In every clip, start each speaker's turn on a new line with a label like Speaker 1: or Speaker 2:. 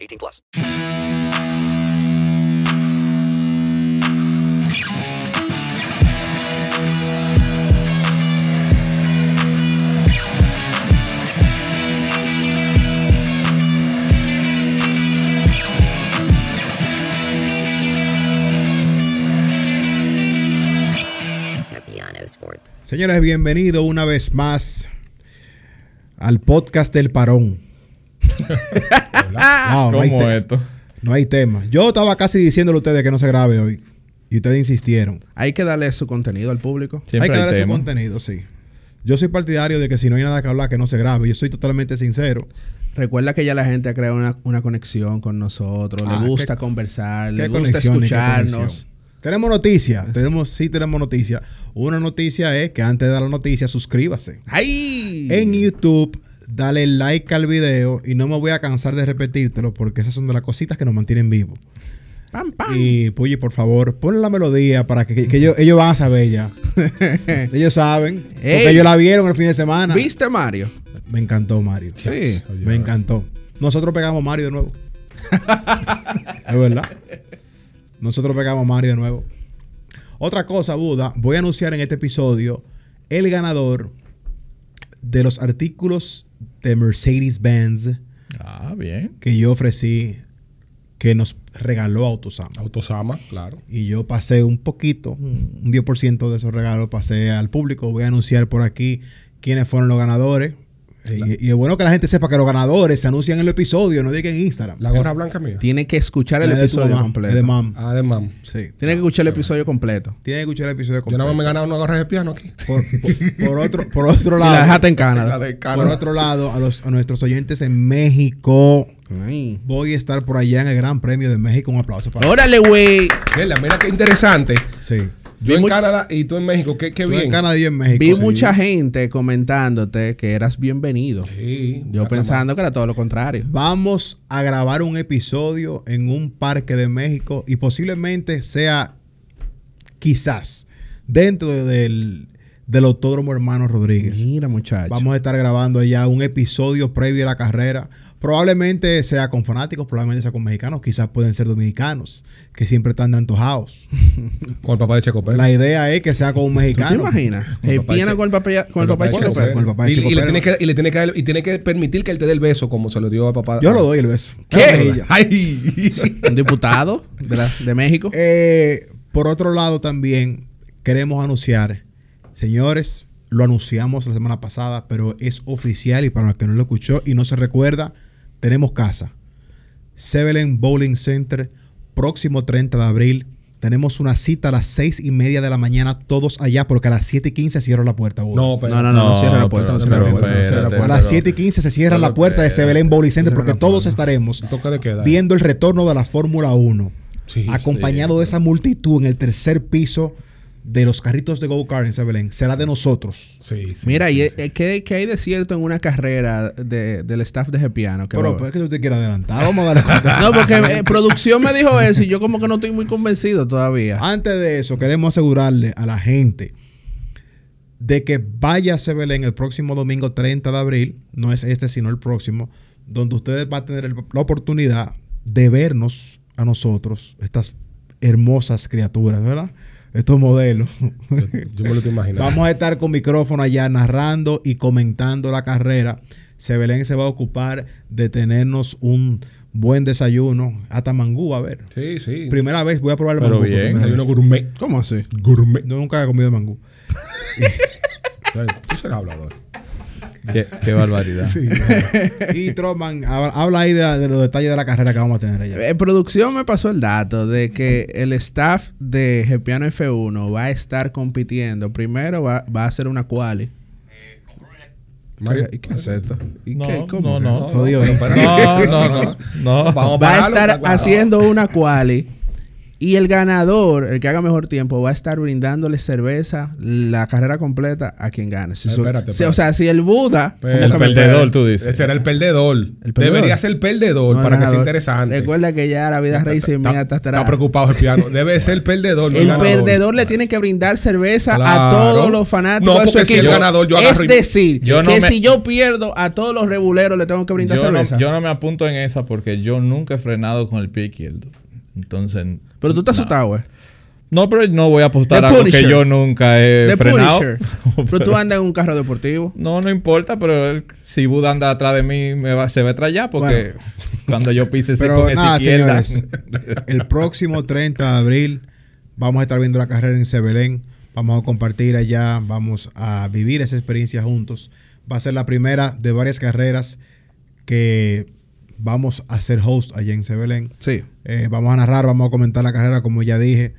Speaker 1: 18 plus.
Speaker 2: Capiano Sports.
Speaker 3: Señores, bienvenido una vez más al podcast del parón. Wow, no, hay
Speaker 4: ¿Cómo
Speaker 3: te-
Speaker 4: esto?
Speaker 3: no hay tema. Yo estaba casi diciéndole a ustedes que no se grabe hoy. Y ustedes insistieron.
Speaker 5: Hay que darle su contenido al público.
Speaker 4: Siempre
Speaker 3: hay que
Speaker 4: hay,
Speaker 3: darle
Speaker 4: tema.
Speaker 3: su contenido, sí. Yo soy partidario de que si no hay nada que hablar, que no se grabe. Yo soy totalmente sincero.
Speaker 5: Recuerda que ya la gente ha creado una, una conexión con nosotros.
Speaker 3: Ah,
Speaker 5: le gusta
Speaker 3: qué-
Speaker 5: conversar,
Speaker 3: ¿Qué
Speaker 5: le gusta
Speaker 3: conexión y qué
Speaker 5: escucharnos.
Speaker 3: conexión? Tenemos noticias. Tenemos, sí, tenemos noticias. Una noticia es que antes de dar la noticia, suscríbase.
Speaker 5: ¡Ay!
Speaker 3: en YouTube. Dale like al video y no me voy a cansar de repetírtelo porque esas son de las cositas que nos mantienen vivos.
Speaker 5: ¡Pam, pam!
Speaker 3: Y Puyi, por favor, pon la melodía para que, que ellos, ellos van a saber ya. ellos saben.
Speaker 5: Ey.
Speaker 3: Porque ellos la vieron el fin de semana.
Speaker 5: ¿Viste, Mario?
Speaker 3: Me encantó Mario.
Speaker 5: Sí.
Speaker 3: Me encantó. Nosotros pegamos Mario de nuevo. es verdad. Nosotros pegamos Mario de nuevo. Otra cosa, Buda, voy a anunciar en este episodio el ganador de los artículos de Mercedes-Benz
Speaker 4: Ah, bien.
Speaker 3: que yo ofrecí, que nos regaló Autosama.
Speaker 6: Autosama, claro.
Speaker 3: Y yo pasé un poquito, un un 10% de esos regalos pasé al público. Voy a anunciar por aquí quiénes fueron los ganadores. Eh, Y, y es bueno que la gente sepa que los ganadores se anuncian en el episodio, no digan en Instagram.
Speaker 6: La gorra blanca mía.
Speaker 5: Tiene que escuchar el
Speaker 3: Es de tu
Speaker 5: episodio
Speaker 3: mamá,
Speaker 5: completo.
Speaker 3: es de mam.
Speaker 6: Ah, de mam.
Speaker 3: Sí.
Speaker 5: Tiene que escuchar el episodio completo.
Speaker 3: Tiene que escuchar el episodio
Speaker 6: Yo nada más
Speaker 3: completo.
Speaker 6: me he ganado una gorra de piano aquí.
Speaker 3: Por, por- por otro, por otro
Speaker 5: Y la
Speaker 3: lado,
Speaker 5: dejaste en Canadá.
Speaker 6: La de Cano.
Speaker 3: por otro lado a, los, a nuestros oyentes en México,
Speaker 5: Ay.
Speaker 3: voy a estar por allá en el Gran Premio de México. Un aplauso para
Speaker 5: ¡Órale, güey!
Speaker 6: Mira, mira qué interesante.
Speaker 3: Sí.
Speaker 6: Yo en
Speaker 5: mu-
Speaker 6: Canadá y tú en México. Qué, qué
Speaker 3: Tú
Speaker 6: bien.
Speaker 3: en Canadá y yo en México.
Speaker 5: Vi
Speaker 3: Sí.
Speaker 5: mucha gente comentándote que eras bienvenido.
Speaker 6: Sí.
Speaker 5: Yo pensando que era todo lo contrario.
Speaker 3: Vamos a grabar un episodio en un parque de México y posiblemente sea quizás dentro del, del Autódromo Hermano Rodríguez.
Speaker 5: Mira, muchacho.
Speaker 3: Vamos a estar grabando ya un episodio previo a la carrera. Probablemente sea con fanáticos, probablemente sea con mexicanos, quizás pueden ser dominicanos, que siempre están de antojados.
Speaker 6: Con el papá de Checo Pérez.
Speaker 3: La idea es que sea con un
Speaker 5: ¿Tú te
Speaker 3: mexicano.
Speaker 5: imaginas?
Speaker 6: Con
Speaker 5: El
Speaker 6: papá
Speaker 5: piano
Speaker 6: Che-
Speaker 5: con el papá, con el papá de Checo
Speaker 3: Checo
Speaker 5: Pérez.
Speaker 3: Pérez. Con el papá de
Speaker 6: Y-
Speaker 3: Checo
Speaker 6: y le
Speaker 3: Pérez.
Speaker 6: tiene que- Y le tiene que dar- y tiene que permitir que él te dé el beso como se lo dio al papá.
Speaker 3: Yo lo doy el beso.
Speaker 5: ¿Qué?
Speaker 6: ¡Ay!
Speaker 5: Un diputado de, la- de México.
Speaker 3: Eh, por otro lado, también queremos anunciar, señores, lo anunciamos la semana pasada, pero es oficial y para los que no lo escuchó y no se recuerda, tenemos casa. Sebelen Bowling Center, próximo 30 de abril. Tenemos una cita a las 6 y media de la mañana, todos allá, porque a las 7 y 15 cierro la puerta. Buda.
Speaker 6: No, pero.
Speaker 5: No, no, no, no, cierra la puerta,
Speaker 4: pero-
Speaker 5: no cierra la
Speaker 4: pero
Speaker 5: puerta, no cierra la
Speaker 4: espérate,
Speaker 3: a las 7 y
Speaker 4: pero-
Speaker 3: 15 se cierra
Speaker 4: pero
Speaker 3: la puerta de
Speaker 4: espérate.
Speaker 3: Sebelen Bowling Center,
Speaker 5: Cierra
Speaker 3: porque
Speaker 5: la puerta.
Speaker 3: todos estaremos
Speaker 6: Toca de queda.
Speaker 3: viendo el retorno de la Fórmula 1,
Speaker 6: Sí,
Speaker 3: acompañado de esa multitud en el tercer piso de los carritos de go-kart en Sebelén. Será de nosotros.
Speaker 6: Sí, sí.
Speaker 5: Mira,
Speaker 6: sí,
Speaker 5: y,
Speaker 6: sí.
Speaker 5: eh, ¿qué, qué hay de cierto en una carrera de- del staff de Gepiano? Que
Speaker 3: Pero
Speaker 5: va-
Speaker 3: pues, es que usted quiere adelantar. Vamos a darle contexto.
Speaker 5: no, porque eh, producción me dijo eso y yo como que no estoy muy convencido todavía.
Speaker 3: Antes de eso, queremos asegurarle a la gente de que vaya a Sebelén el próximo domingo 30 de abril, no es este, sino el próximo, donde ustedes van a tener el- la oportunidad de vernos a nosotros, estas hermosas criaturas, ¿verdad? Estos modelos.
Speaker 6: Yo me lo estoy imaginando.
Speaker 3: Vamos a estar con micrófono allá narrando y comentando la carrera. Sebelén se va a ocupar de tenernos un buen desayuno. Hasta mangú, a ver.
Speaker 6: Sí, sí.
Speaker 3: Primera vez voy a probar el
Speaker 4: Pero
Speaker 3: mangú. por
Speaker 4: bien,
Speaker 3: primera
Speaker 6: Desayuno
Speaker 3: vez.
Speaker 6: gourmet.
Speaker 5: ¿Cómo así?
Speaker 6: Gourmet.
Speaker 3: Yo nunca he comido mangú.
Speaker 6: Tú serás hablador.
Speaker 4: Qué, qué barbaridad.
Speaker 3: Y Troman, hab- habla ahí de, de los detalles de la carrera que vamos a tener allá.
Speaker 5: Eh, producción me pasó el dato de que el staff de Gepiano F1 va a estar compitiendo. Primero va, va a hacer una quali. Mike, ¿y qué es esto? ¿Y
Speaker 4: No,
Speaker 5: qué? ¿Cómo?
Speaker 4: no, no.
Speaker 3: Jodido
Speaker 6: no,
Speaker 3: esto.
Speaker 6: para-
Speaker 4: No, no, no. no.
Speaker 6: Vamos
Speaker 5: Va a
Speaker 6: Paralo,
Speaker 5: estar
Speaker 6: está claro.
Speaker 5: haciendo una quali y el ganador, el que haga mejor tiempo, va a estar brindándole cerveza la carrera completa a quien gane. Si su-
Speaker 6: Espérate,
Speaker 5: si-
Speaker 6: espérate.
Speaker 5: O sea, si el Buda...
Speaker 4: El perdedor, tú dices.
Speaker 6: Será el perdedor.
Speaker 5: ¿El perdedor?
Speaker 6: Debería ser el perdedor
Speaker 5: No,
Speaker 6: para que sea
Speaker 5: ganador.
Speaker 6: interesante.
Speaker 5: Recuerda que ya la vida rey sin mía
Speaker 6: está,
Speaker 5: está atrás.
Speaker 6: está preocupado el piano. Debe ser el perdedor. no
Speaker 5: El
Speaker 6: ganador.
Speaker 5: perdedor le tiene que brindar cerveza a
Speaker 6: Claro.
Speaker 5: todos los fanáticos
Speaker 6: No,
Speaker 5: de su
Speaker 6: porque si el
Speaker 5: equipo.
Speaker 6: ganador yo
Speaker 5: es
Speaker 6: agarro y-
Speaker 5: decir,
Speaker 4: Yo no
Speaker 5: que
Speaker 4: me-
Speaker 5: si yo pierdo a todos los reguleros le tengo que brindar
Speaker 4: yo, no,
Speaker 5: cerveza.
Speaker 4: yo no me apunto en esa porque yo nunca he frenado con el pie izquierdo. Entonces.
Speaker 5: Pero tú te has
Speaker 4: no.
Speaker 5: asustado, güey.
Speaker 4: No, pero no voy a apostar
Speaker 5: The
Speaker 4: a algo
Speaker 5: Punisher.
Speaker 4: que yo nunca he
Speaker 5: De
Speaker 4: Eh, frenado.
Speaker 5: Punisher. Pero tú andas en un carro deportivo.
Speaker 4: No, no importa, pero él- si Buda anda atrás de mí, me va- se va a estrellar porque cuando yo pise ese-
Speaker 3: Pero
Speaker 4: con esa
Speaker 3: nada,
Speaker 4: izquierda.
Speaker 3: señores. El próximo 30 de abril vamos a estar viendo la carrera en Sebelén. Vamos a compartir allá, vamos a vivir esa experiencia juntos. Va a ser la primera de varias carreras que vamos a ser host allá en Sebelén.
Speaker 5: Sí.
Speaker 3: Eh, vamos a narrar, vamos a comentar la carrera, como ya dije.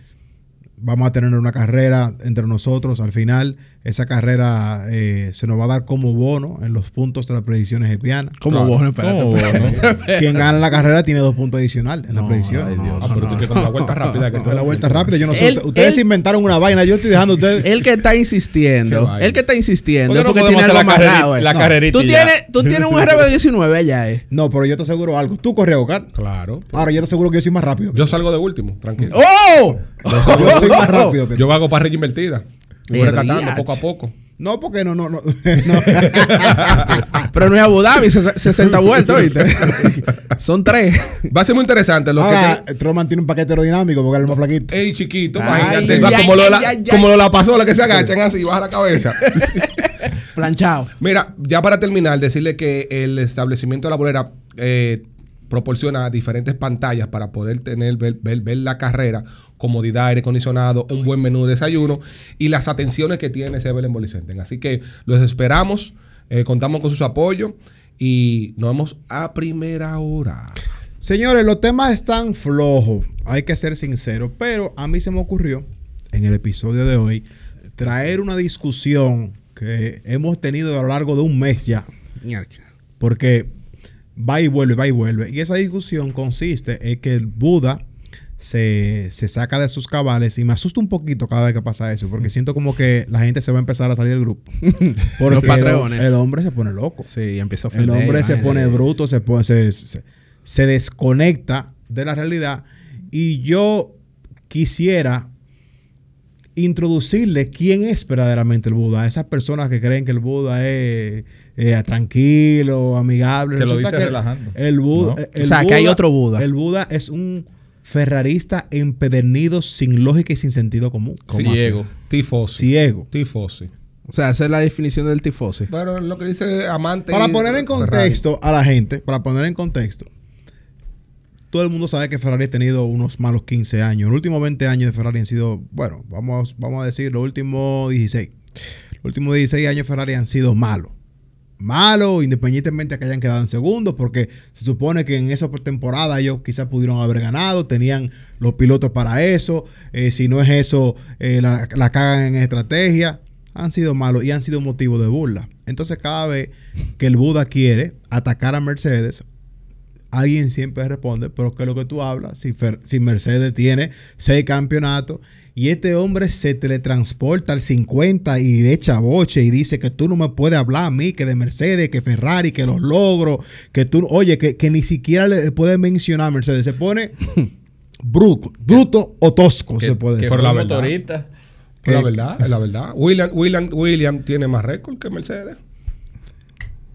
Speaker 3: Vamos a tener una carrera entre nosotros al final. Esa carrera eh, se nos va a dar como bono en los puntos de las predicciones espianas.
Speaker 5: ¿Cómo vos? Espérate,
Speaker 4: ¿Cómo vos,
Speaker 5: espérate.
Speaker 4: no?
Speaker 3: Quien gana la carrera tiene dos puntos adicionales en las predicciones.
Speaker 4: ay, Dios.
Speaker 6: Ah, pero tú tienes como la vuelta rápida. Que
Speaker 3: Con la vuelta rápida, yo no sé.
Speaker 5: Él-
Speaker 3: usted- ustedes
Speaker 5: él-
Speaker 3: inventaron una vaina, yo estoy dejando a ustedes.
Speaker 5: El que está insistiendo,
Speaker 6: vaina.
Speaker 5: el que está insistiendo,
Speaker 4: ¿Por
Speaker 5: es
Speaker 4: qué no
Speaker 5: porque tiene
Speaker 4: podemos hacer
Speaker 5: algo
Speaker 4: la carreri-
Speaker 5: amarrado. eh.
Speaker 4: la
Speaker 5: No.
Speaker 4: carrerita
Speaker 5: Tú
Speaker 4: y ya?
Speaker 5: tienes, tú tienes un RB19 allá, eh.
Speaker 3: No, pero yo te aseguro algo. Tú corres a buscar.
Speaker 6: Claro.
Speaker 3: Ahora yo te aseguro que yo soy más rápido.
Speaker 6: Yo salgo de último, tranquilo.
Speaker 5: ¡Oh!
Speaker 3: yo soy más rápido. que tú.
Speaker 6: Yo hago parrilla invertida. Me voy
Speaker 5: Pero
Speaker 6: recatando
Speaker 5: ya,
Speaker 6: poco a
Speaker 5: ch-
Speaker 6: poco.
Speaker 3: No, porque no, no, no. no.
Speaker 5: Pero no es Abu Dhabi, ses- 60 vueltas, ¿oíste? Son tres.
Speaker 6: Va a ser muy interesante. Los
Speaker 3: Ahora,
Speaker 6: que
Speaker 3: Truman tiene un paquete aerodinámico porque era el más flaquito.
Speaker 6: Ey, chiquito,
Speaker 5: Ay,
Speaker 6: imagínate.
Speaker 5: ay,
Speaker 6: va
Speaker 5: ay,
Speaker 6: como, lo de la,
Speaker 5: ay, ay,
Speaker 6: como
Speaker 5: ay.
Speaker 6: lo de la pasola que se agachan así, baja la cabeza.
Speaker 5: Planchado.
Speaker 6: Mira, ya para terminar, decirle que el establecimiento de la bolera eh, proporciona diferentes pantallas para poder tener, ver, ver- ver la carrera, comodidad, aire acondicionado, un buen menú de desayuno y las atenciones que tiene Sebelen Bolicenten. Así que los esperamos, eh, contamos con sus apoyos y nos vemos a primera hora.
Speaker 3: Señores, los temas están flojos, hay que ser sincero, pero a mí se me ocurrió en el episodio de hoy traer una discusión que hemos tenido a lo largo de un mes ya, porque va y vuelve, va y vuelve. Y esa discusión consiste en que el Buda se, se saca de sus cabales y me asusta un poquito cada vez que pasa eso, porque siento como que la gente se va a empezar a salir del grupo. Porque el-
Speaker 5: patreones.
Speaker 3: el hombre se pone loco.
Speaker 5: Sí, empezó
Speaker 3: El hombre se pone bruto, se, pone- se, se- se desconecta de la realidad. Y yo quisiera introducirle quién es verdaderamente el Buda. Esas personas que creen que el Buda es eh, tranquilo, amigable.
Speaker 4: Que lo
Speaker 3: Resulta
Speaker 4: dice relajando.
Speaker 3: El Buda,
Speaker 4: ¿No?
Speaker 3: el
Speaker 5: O sea, que hay otro Buda.
Speaker 3: El Buda es un ferrarista empedernido sin lógica y sin sentido común.
Speaker 4: Ciego.
Speaker 6: Tifosi.
Speaker 3: Ciego.
Speaker 6: Tifosi.
Speaker 5: O sea, esa es la definición del tifosi.
Speaker 6: Bueno, lo que dice Amante.
Speaker 3: Para
Speaker 6: y
Speaker 3: poner en
Speaker 6: Ferrari.
Speaker 3: contexto a la gente, para poner en contexto, todo el mundo sabe que Ferrari ha tenido unos malos 15 años. Los últimos 20 años de Ferrari han sido, bueno, vamos, vamos a decir, los últimos 16. Los últimos 16 años de Ferrari han sido malos. Malos, independientemente de que hayan quedado en segundo, porque se supone que en esa temporada ellos quizás pudieron haber ganado, tenían los pilotos para eso. eh, si no es eso, eh, la, la cagan en estrategia. Han sido malos y han sido motivo de burla. Entonces, cada vez que el Buda quiere atacar a Mercedes, alguien siempre responde, pero ¿qué es lo que tú hablas? Si, Fer- si Mercedes tiene seis campeonatos y este hombre se teletransporta al 50 y echa boche y dice que tú no me puedes hablar a mí, que de Mercedes, que Ferrari, que los logros, que tú, oye, que, que ni siquiera le puedes mencionar a Mercedes. Se pone bruto, bruto o tosco,
Speaker 4: Que,
Speaker 3: se puede
Speaker 4: que
Speaker 3: decir.
Speaker 6: Por
Speaker 4: fue
Speaker 6: la
Speaker 4: un
Speaker 6: verdad.
Speaker 4: motorista.
Speaker 6: Es La
Speaker 3: Que-
Speaker 6: verdad, es la verdad. William, William, William tiene más récord que Mercedes.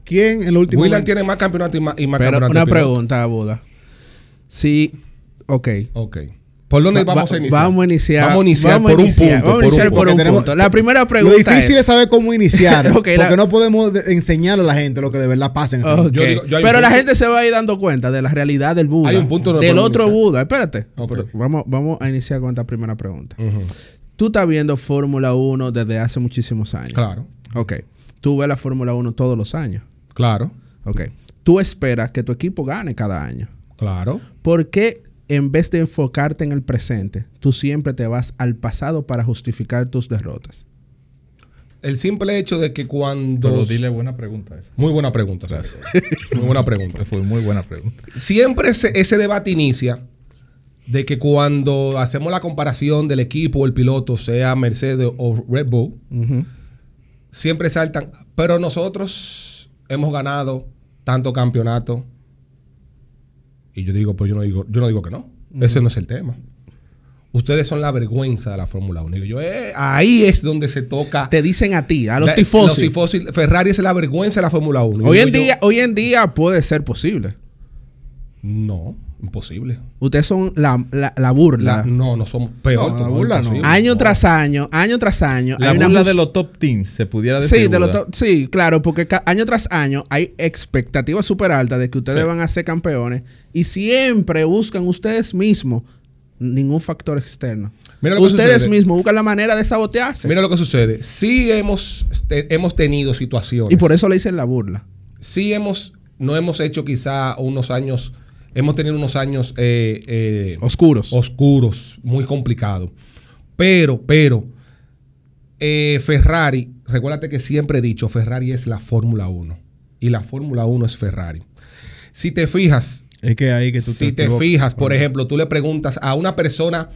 Speaker 3: ¿Quién en el último
Speaker 6: William
Speaker 3: momento-
Speaker 6: tiene más campeonato y más, y más
Speaker 5: Pero
Speaker 6: campeonato
Speaker 5: una
Speaker 6: de piloto.
Speaker 5: pregunta, Buda. Sí, ok.
Speaker 6: Ok. ¿Por dónde
Speaker 5: Va-
Speaker 6: vamos a
Speaker 5: va-
Speaker 6: iniciar?
Speaker 5: Vamos a iniciar.
Speaker 6: Vamos a iniciar por un
Speaker 5: iniciar,
Speaker 6: punto.
Speaker 5: Vamos a iniciar por
Speaker 6: punto.
Speaker 5: un
Speaker 3: Porque
Speaker 5: punto. La primera
Speaker 3: Lo
Speaker 5: pregunta
Speaker 6: eh.
Speaker 3: difícil es,
Speaker 5: es...
Speaker 3: saber cómo iniciar,
Speaker 5: Ok,
Speaker 3: porque
Speaker 5: la-
Speaker 3: no podemos de- enseñarle a la gente lo que de verdad pasa en ese
Speaker 5: Ok.
Speaker 3: momento.
Speaker 6: Oh, Yo digo- yo hay un
Speaker 5: pero la
Speaker 6: punto.
Speaker 5: gente se va a ir dando cuenta de la realidad del Buda.
Speaker 6: Hay un punto donde
Speaker 5: del
Speaker 6: podemos
Speaker 5: otro
Speaker 6: iniciar.
Speaker 5: Buda. Espérate.
Speaker 6: No, pero-
Speaker 5: Vamos, vamos a iniciar con esta primera pregunta. Tú estás viendo Fórmula 1 desde hace muchísimos años.
Speaker 6: Claro,
Speaker 5: Ok. Tú ves la Fórmula 1 todos los años.
Speaker 6: claro,
Speaker 5: Ok. Tú esperas que tu equipo gane cada año.
Speaker 6: claro.
Speaker 5: ¿Por qué en vez de enfocarte en el presente, tú siempre te vas al pasado para justificar tus derrotas?
Speaker 6: el simple hecho de que cuando...
Speaker 4: Pero dile buena pregunta esa.
Speaker 6: Muy buena pregunta. Muy buena pregunta.
Speaker 4: Fue muy buena pregunta.
Speaker 6: Siempre ese, ese debate inicia de que cuando hacemos la comparación del equipo o el piloto, sea Mercedes o Red Bull, siempre saltan, pero nosotros hemos ganado tanto campeonato. Y yo digo, pues yo no digo, yo no digo que no. Ese no es el tema. Ustedes son la vergüenza de la Fórmula 1. Y yo, eh, ahí es donde se toca.
Speaker 5: Te dicen a ti, a los
Speaker 6: la-
Speaker 5: tifosi.
Speaker 6: Los tifosi. Ferrari es la vergüenza de la Fórmula 1. Y
Speaker 5: Hoy en,
Speaker 6: digo yo,
Speaker 5: día, hoy en día puede ser posible.
Speaker 6: No, imposible.
Speaker 5: Ustedes son la, la- la burla.
Speaker 6: La- no, no somos peor.
Speaker 3: No,
Speaker 6: como
Speaker 3: la burla no.
Speaker 6: imposible.
Speaker 5: año tras año, año tras año.
Speaker 4: La
Speaker 5: hay una
Speaker 4: burla
Speaker 5: jus-
Speaker 4: de los top teams se pudiera decir.
Speaker 5: Sí, de los
Speaker 4: burla.
Speaker 5: to- sí, claro, porque ca- año tras año hay expectativas súper altas de que ustedes
Speaker 4: Sí.
Speaker 5: van a ser campeones y siempre buscan ustedes mismos ningún factor externo.
Speaker 6: Mira lo que
Speaker 5: ustedes
Speaker 6: sucede.
Speaker 5: mismos buscan la manera de sabotearse.
Speaker 6: Mira lo que sucede. Sí hemos, te- hemos tenido situaciones.
Speaker 5: y por eso le dicen la burla.
Speaker 6: Sí hemos, no hemos hecho quizá unos años, hemos tenido unos años eh, eh,
Speaker 5: Oscuros.
Speaker 6: oscuros, muy complicados. Pero, pero, eh, Ferrari, recuérdate que siempre he dicho, Ferrari es la Fórmula 1. Y la Fórmula 1 es Ferrari. Si te fijas,
Speaker 3: Es que ahí que tú
Speaker 6: si te,
Speaker 3: equivocas.
Speaker 6: fijas, por ejemplo, tú le preguntas a una persona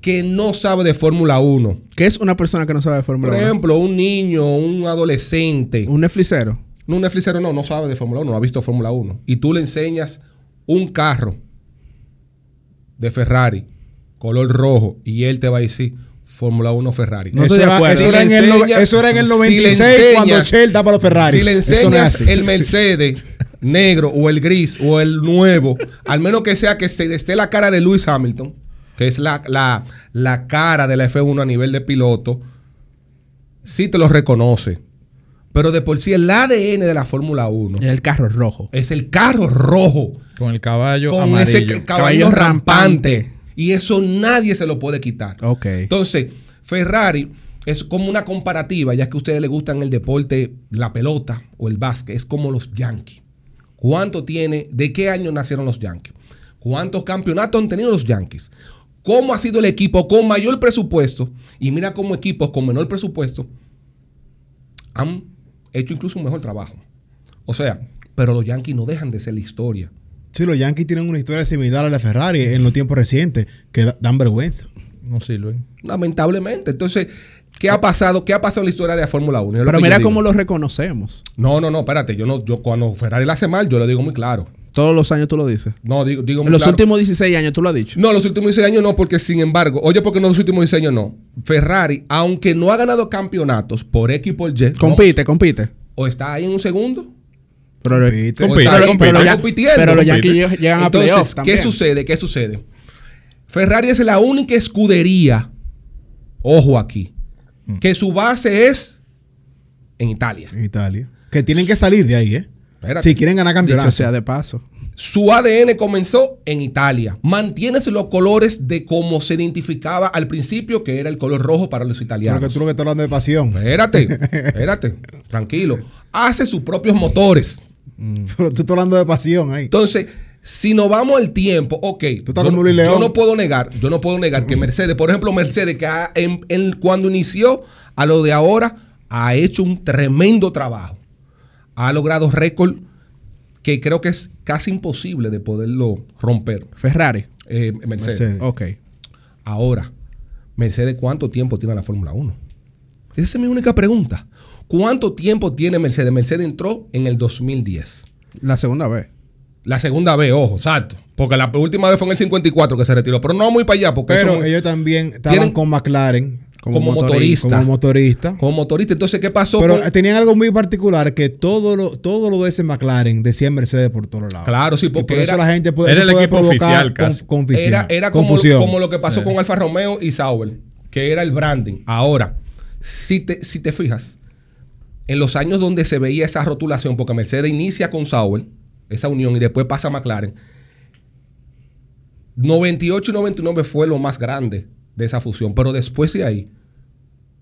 Speaker 6: que no sabe de Fórmula 1,
Speaker 5: que es una persona que no sabe de
Speaker 6: por
Speaker 5: Fórmula 1.
Speaker 6: ejemplo, un niño, un adolescente,
Speaker 5: Un Netflixero.
Speaker 6: No, un Netflixero no, no sabe de Fórmula 1, no ha visto Fórmula 1. Y tú le enseñas un carro de Ferrari, color rojo, y él te va a decir Fórmula 1 Ferrari.
Speaker 3: No
Speaker 5: Eso
Speaker 3: estoy de
Speaker 5: era-
Speaker 3: acuerdo.
Speaker 6: Si
Speaker 3: Eso era,
Speaker 6: le
Speaker 3: en el, no-
Speaker 6: enseñas-
Speaker 3: eso era en el
Speaker 6: si
Speaker 3: 96
Speaker 6: le enseñas-
Speaker 3: cuando Shell estaba los Ferrari.
Speaker 6: Si le
Speaker 3: Eso no es
Speaker 6: enseñas
Speaker 3: así.
Speaker 6: el Mercedes negro o el gris o el nuevo, al menos que sea que se- esté la cara de Lewis Hamilton, que es la, la, la cara de la F1 a nivel de piloto, sí te lo reconoce. Pero de por sí el ADN de la Fórmula 1
Speaker 3: Eh.
Speaker 5: El carro rojo.
Speaker 6: es el carro rojo
Speaker 4: Con el caballo
Speaker 6: con
Speaker 4: amarillo.
Speaker 6: ese ca- caballo
Speaker 5: Caballo
Speaker 6: rampante.
Speaker 5: rampante.
Speaker 6: Y eso nadie se lo puede quitar.
Speaker 5: Ok.
Speaker 6: Entonces, Ferrari es como una comparativa, ya que a ustedes les gustan el deporte, la pelota o el básquet, es como los Yankees. ¿Cuánto tiene, de qué año nacieron los Yankees? ¿Cuántos campeonatos han tenido los Yankees? ¿Cómo ha sido el equipo con mayor presupuesto? Y mira cómo equipos con menor presupuesto han hecho incluso un mejor trabajo. O sea, pero los Yankees no dejan de ser la historia.
Speaker 3: Sí, los Yankees tienen una historia similar a la Ferrari en los tiempos recientes que da- dan vergüenza.
Speaker 4: No sirven.
Speaker 6: Lamentablemente. Entonces, ¿qué ha pasado? ¿Qué ha pasado en la historia de la Fórmula 1?
Speaker 5: Pero mira cómo lo reconocemos.
Speaker 6: No, no, no, espérate. Yo no, yo cuando Ferrari la hace mal, yo lo digo muy claro.
Speaker 5: Todos los años tú lo dices.
Speaker 6: No, digo, digo muy
Speaker 5: En los
Speaker 6: claro.
Speaker 5: últimos 16 años tú lo has dicho.
Speaker 6: No, los últimos 16 años no, porque sin embargo, oye, porque no los últimos 16 años no. Ferrari, aunque no ha ganado campeonatos por X y por Y,
Speaker 5: Compite, compite.
Speaker 6: o está ahí en un segundo,
Speaker 5: Pero,
Speaker 3: Compite.
Speaker 6: o
Speaker 4: Compite,
Speaker 6: está ahí-
Speaker 4: compite.
Speaker 6: está
Speaker 5: ya-
Speaker 6: compitiendo.
Speaker 5: pero los
Speaker 4: compite.
Speaker 5: Yankees lleg- llegan a playoffs
Speaker 6: Entonces, ¿qué
Speaker 5: también.
Speaker 6: sucede? ¿Qué sucede? Ferrari es la única escudería, ojo aquí,
Speaker 5: Mm.
Speaker 6: que su base es en Italia.
Speaker 3: En Italia. Que tienen que salir de ahí, ¿eh?
Speaker 6: Espérate.
Speaker 3: Si quieren ganar campeonato.
Speaker 5: Dicho sea de paso.
Speaker 6: Su ADN comenzó en Italia. Mantienes los colores de cómo se identificaba al principio, que era el color rojo para los italianos.
Speaker 3: Porque tú lo que estás hablando de pasión.
Speaker 6: Espérate, espérate, tranquilo. Hace sus propios motores.
Speaker 3: Pero tú estás hablando de pasión ahí.
Speaker 6: Entonces, si nos vamos al tiempo, ok.
Speaker 3: Tú estás
Speaker 6: yo,
Speaker 3: como
Speaker 6: no-
Speaker 3: Luis León.
Speaker 6: yo no puedo negar, yo no puedo negar que Mercedes, por ejemplo, Mercedes, que ha- en- en- cuando inició a lo de ahora, ha hecho un tremendo trabajo. Ha logrado récord que creo que es casi imposible de poderlo romper.
Speaker 5: Ferrari.
Speaker 6: eh, Mercedes.
Speaker 3: Mercedes.
Speaker 5: Ok.
Speaker 6: Ahora, Mercedes, ¿cuánto tiempo tiene la Fórmula 1? Esa es mi única pregunta. ¿Cuánto tiempo tiene Mercedes? Mercedes entró en el 2010.
Speaker 5: La segunda vez.
Speaker 6: La segunda vez, ojo, exacto. Porque la última vez fue en el 54 que se retiró. Pero no muy para allá, porque
Speaker 3: Pero
Speaker 6: eso
Speaker 3: ellos también estaban
Speaker 6: tienen-
Speaker 3: con McLaren
Speaker 6: como,
Speaker 5: como
Speaker 6: motorista.
Speaker 3: como motorista.
Speaker 6: Como motorista. Entonces, ¿qué pasó?
Speaker 3: Pero
Speaker 6: con-
Speaker 3: tenían algo muy particular que todo lo, todo lo de ese McLaren decía Mercedes por todos lados.
Speaker 6: Claro, sí,
Speaker 3: Y por
Speaker 6: porque
Speaker 3: eso
Speaker 6: era,
Speaker 3: la gente puede,
Speaker 4: era
Speaker 3: eso
Speaker 4: el
Speaker 3: puede
Speaker 4: equipo oficial casi.
Speaker 3: con- confusión.
Speaker 6: era, era como,
Speaker 3: confusión. Eh.
Speaker 6: como lo que pasó con Alfa Romeo y Sauber, que era el branding. Ahora, si te, si te fijas, en los años donde se veía esa rotulación, porque Mercedes inicia con Sauber, esa unión, y después pasa a McLaren, 98 y 99 fue lo más grande de esa fusión, pero después de ahí,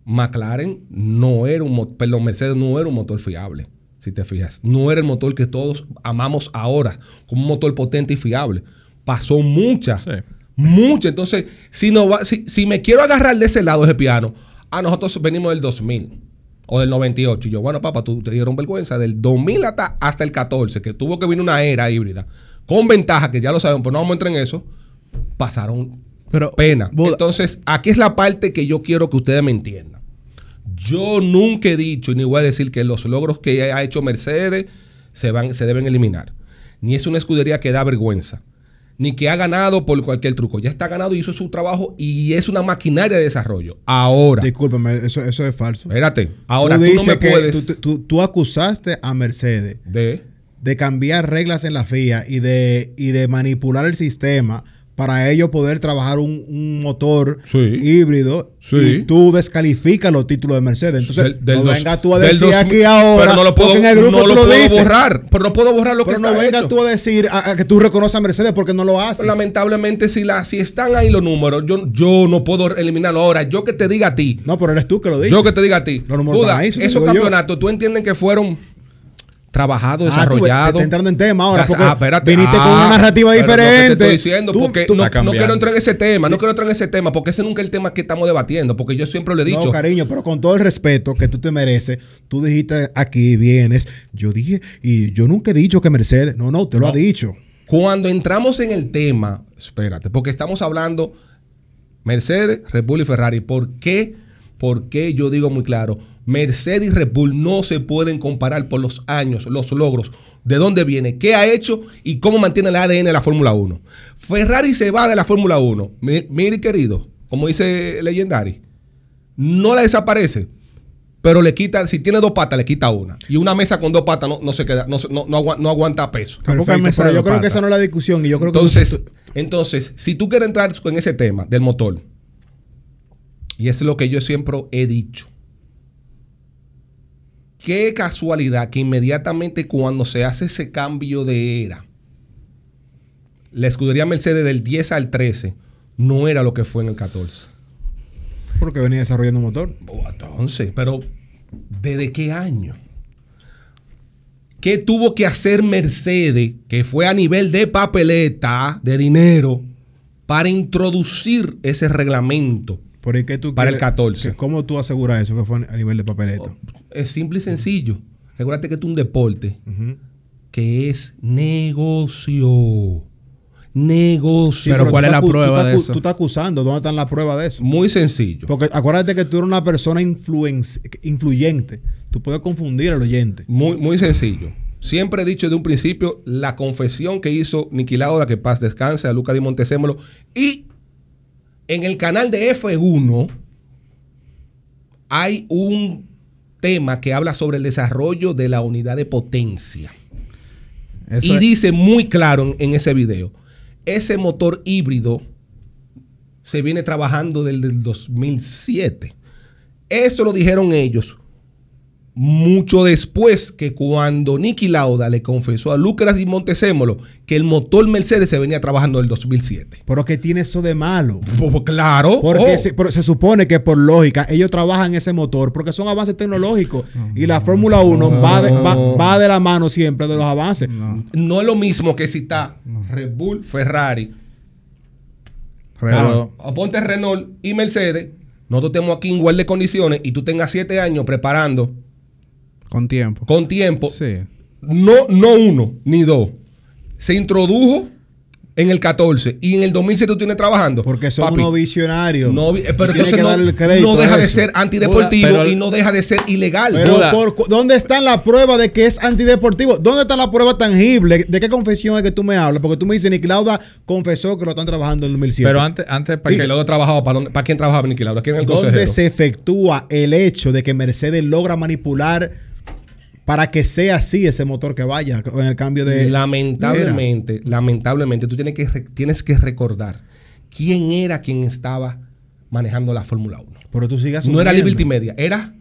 Speaker 6: McLaren no era un motor, perdón, Mercedes no era un motor fiable, si te fijas. No era el motor que todos amamos ahora, como un motor potente y fiable. Pasó muchas,
Speaker 4: Sí.
Speaker 6: muchas. Entonces, ah, si, no va- si, si me quiero agarrar de ese lado ese piano, a nosotros venimos del 2000. o del 98. Y yo, bueno, papá, tú te dieron vergüenza del 2000 hasta, hasta el 14, que tuvo que venir una era híbrida. Con ventaja, que ya lo sabemos, pero no vamos a entrar en eso. Pasaron
Speaker 5: Pero,
Speaker 6: pena.
Speaker 5: Buda,
Speaker 6: Entonces, aquí es la parte que yo quiero que ustedes me entiendan. Yo nunca he dicho y ni voy a decir que los logros que ha hecho Mercedes se, van, se deben eliminar. Ni es una escudería que da vergüenza. Ni que ha ganado por cualquier truco. Ya está ganado y hizo su trabajo y es una maquinaria de desarrollo. Ahora,
Speaker 3: Discúlpame, eso, eso es falso.
Speaker 6: espérate. Ahora tú,
Speaker 3: dices
Speaker 6: no me
Speaker 3: que
Speaker 6: puedes.
Speaker 3: tú- tú- tú acusaste a Mercedes
Speaker 6: de,
Speaker 3: de cambiar reglas en la FIA y de, y de manipular el sistema para ellos poder trabajar un, un motor
Speaker 6: Sí.
Speaker 3: híbrido
Speaker 6: Sí.
Speaker 3: y tú descalificas los títulos de Mercedes. Entonces,
Speaker 6: del- del
Speaker 3: no
Speaker 6: dos-
Speaker 3: venga tú a
Speaker 6: del
Speaker 3: decir
Speaker 6: 2000,
Speaker 3: aquí ahora
Speaker 6: Pero no lo puedo,
Speaker 3: porque en el grupo
Speaker 6: no
Speaker 3: tú
Speaker 6: lo
Speaker 3: lo
Speaker 6: puedo
Speaker 3: dices.
Speaker 6: borrar. Pero no puedo borrar lo que
Speaker 3: Pero
Speaker 6: está
Speaker 3: no vengas
Speaker 6: hecho.
Speaker 3: tú a decir a, a que tú reconoces a Mercedes porque no lo haces.
Speaker 6: Lamentablemente, si, la, si están ahí los números, yo, yo no puedo eliminarlo. Ahora, yo que te diga a ti,
Speaker 3: No, pero eres tú que lo dices.
Speaker 6: yo que te diga a ti,
Speaker 3: Los números
Speaker 6: Buda,
Speaker 3: están ahí, eso te
Speaker 6: esos
Speaker 3: digo yo.
Speaker 6: campeonatos, ¿tú entiendes que fueron trabajados,
Speaker 3: Ah, tú,
Speaker 6: desarrollados?
Speaker 3: te- te entrando en tema ahora,
Speaker 6: Las-
Speaker 3: porque
Speaker 6: ah, espérate.
Speaker 3: viniste con una narrativa
Speaker 6: pero es lo que te
Speaker 3: diferente.
Speaker 6: estoy diciendo,
Speaker 3: Tú-
Speaker 6: porque
Speaker 3: tú-
Speaker 4: Está
Speaker 6: no, no
Speaker 4: cambiando.
Speaker 6: quiero entrar en ese tema, no quiero entrar en ese tema, porque ese nunca es el tema que estamos debatiendo, porque yo siempre lo he dicho.
Speaker 3: No, cariño, pero con todo el respeto que tú te mereces, tú dijiste aquí vienes. Yo dije, y yo nunca he dicho que Mercedes. No, no, te lo ha dicho.
Speaker 6: Cuando entramos en el tema, espérate, porque estamos hablando Mercedes, Red Bull y Ferrari. ¿Por qué? Porque yo digo muy claro, Mercedes y Red Bull no se pueden comparar por los años, los logros, de dónde viene, qué ha hecho y cómo mantiene el ADN de la Fórmula 1. Ferrari se va de la Fórmula 1. Mi- Mire, querido, como dice Legendary, no la desaparece. Pero le quita, si tiene dos patas, le quita una. Y una mesa con dos patas no, no se queda, no, se- no- no agua- no aguanta peso.
Speaker 5: Tampoco hay
Speaker 3: Perfecto,
Speaker 5: mesa
Speaker 3: pero
Speaker 5: de
Speaker 3: yo creo
Speaker 5: pata.
Speaker 3: que esa no es la discusión. Y yo creo que
Speaker 6: Entonces,
Speaker 3: tú-
Speaker 6: entonces, si tú quieres entrar en ese tema del motor, y es lo que yo siempre he dicho, qué casualidad que inmediatamente cuando se hace ese cambio de era, la escudería Mercedes del 10 al 13 no era lo que fue en el 14.
Speaker 3: porque venía desarrollando un motor.
Speaker 6: Oh, Entonces, pero ¿desde qué año? ¿Qué tuvo que hacer Mercedes, que fue a nivel de papeleta, de dinero, para introducir ese reglamento?
Speaker 3: Por ahí que tú
Speaker 6: Para el Oh,
Speaker 3: quieres-
Speaker 6: 14.
Speaker 3: que- ¿Cómo tú aseguras eso que fue a nivel de papeleta?
Speaker 6: Es simple y sencillo. Recuérdate que esto es un deporte que es negocio. Negocio.
Speaker 3: Sí,
Speaker 5: pero
Speaker 3: tú
Speaker 5: ¿cuál es
Speaker 3: estás
Speaker 5: la
Speaker 3: acu-
Speaker 5: prueba
Speaker 3: tú estás
Speaker 5: de
Speaker 3: acu-
Speaker 5: eso?
Speaker 3: Tú estás acusando. ¿Dónde están las pruebas de eso?
Speaker 6: Muy sencillo.
Speaker 3: Porque acuérdate que tú eres una persona influenci- influyente. Tú puedes confundir al oyente.
Speaker 6: Muy, muy sencillo. Siempre he dicho de un principio la confesión que hizo Niki Lauda, que paz descanse, a Luca Di Montecémolo. Y en el canal de F1 hay un tema que habla sobre el desarrollo de la unidad de potencia.
Speaker 5: eso
Speaker 6: y
Speaker 5: es-
Speaker 6: dice muy claro en, en ese video, ese motor híbrido se viene trabajando desde el 2007. Eso lo dijeron ellos mucho después que cuando Niki Lauda le confesó a Lucas y Montecémolo que el motor Mercedes se venía trabajando en el 2007.
Speaker 3: Pero ¿qué tiene eso de malo?
Speaker 6: Pues, Claro.
Speaker 3: Porque
Speaker 6: oh.
Speaker 3: se, pero se supone que por lógica ellos trabajan ese motor porque son avances tecnológicos y la Fórmula 1 va, de, va, va de la mano siempre de los avances.
Speaker 6: no es lo mismo que si está Red Bull, Ferrari,
Speaker 4: Pero,
Speaker 6: O ponte Renault y Mercedes. Nosotros tenemos aquí en igual de condiciones y tú tengas siete años preparando
Speaker 5: con tiempo.
Speaker 6: con tiempo.
Speaker 5: Sí.
Speaker 6: No, no uno ni dos. Se introdujo en el 14 y en el 2007 tú tienes trabajando.
Speaker 3: Porque son
Speaker 6: Papi,
Speaker 3: unos visionarios.
Speaker 6: no vi- eh, pero
Speaker 3: Tiene
Speaker 6: entonces
Speaker 3: que
Speaker 6: no,
Speaker 3: darle el crédito
Speaker 6: no
Speaker 3: a
Speaker 6: deja de
Speaker 3: eso.
Speaker 6: ser antideportivo
Speaker 4: Buda, pero-
Speaker 6: y no deja de ser ilegal.
Speaker 3: Pero
Speaker 4: Buda.
Speaker 3: por cu- ¿dónde está la prueba de que es antideportivo? ¿Dónde está la prueba tangible? ¿De qué confesión es que tú me hablas? Porque tú me dices, Nick Lauda confesó que lo están trabajando en 2007.
Speaker 4: pero antes, antes para
Speaker 6: Porque
Speaker 4: que
Speaker 6: luego trabajaba para, dónde- para quién trabajaba Niki Lauda, quién era el
Speaker 3: ¿Dónde
Speaker 6: consejero.
Speaker 3: se efectúa el hecho de que Mercedes logra manipular para que sea así ese motor que vaya en el cambio de... de era?
Speaker 6: lamentablemente, lamentablemente, tú tienes que, re- tienes que recordar quién era quien estaba manejando la Fórmula 1.
Speaker 3: Pero tú sigas
Speaker 6: No era
Speaker 3: asumiendo.
Speaker 6: Liberty Media, era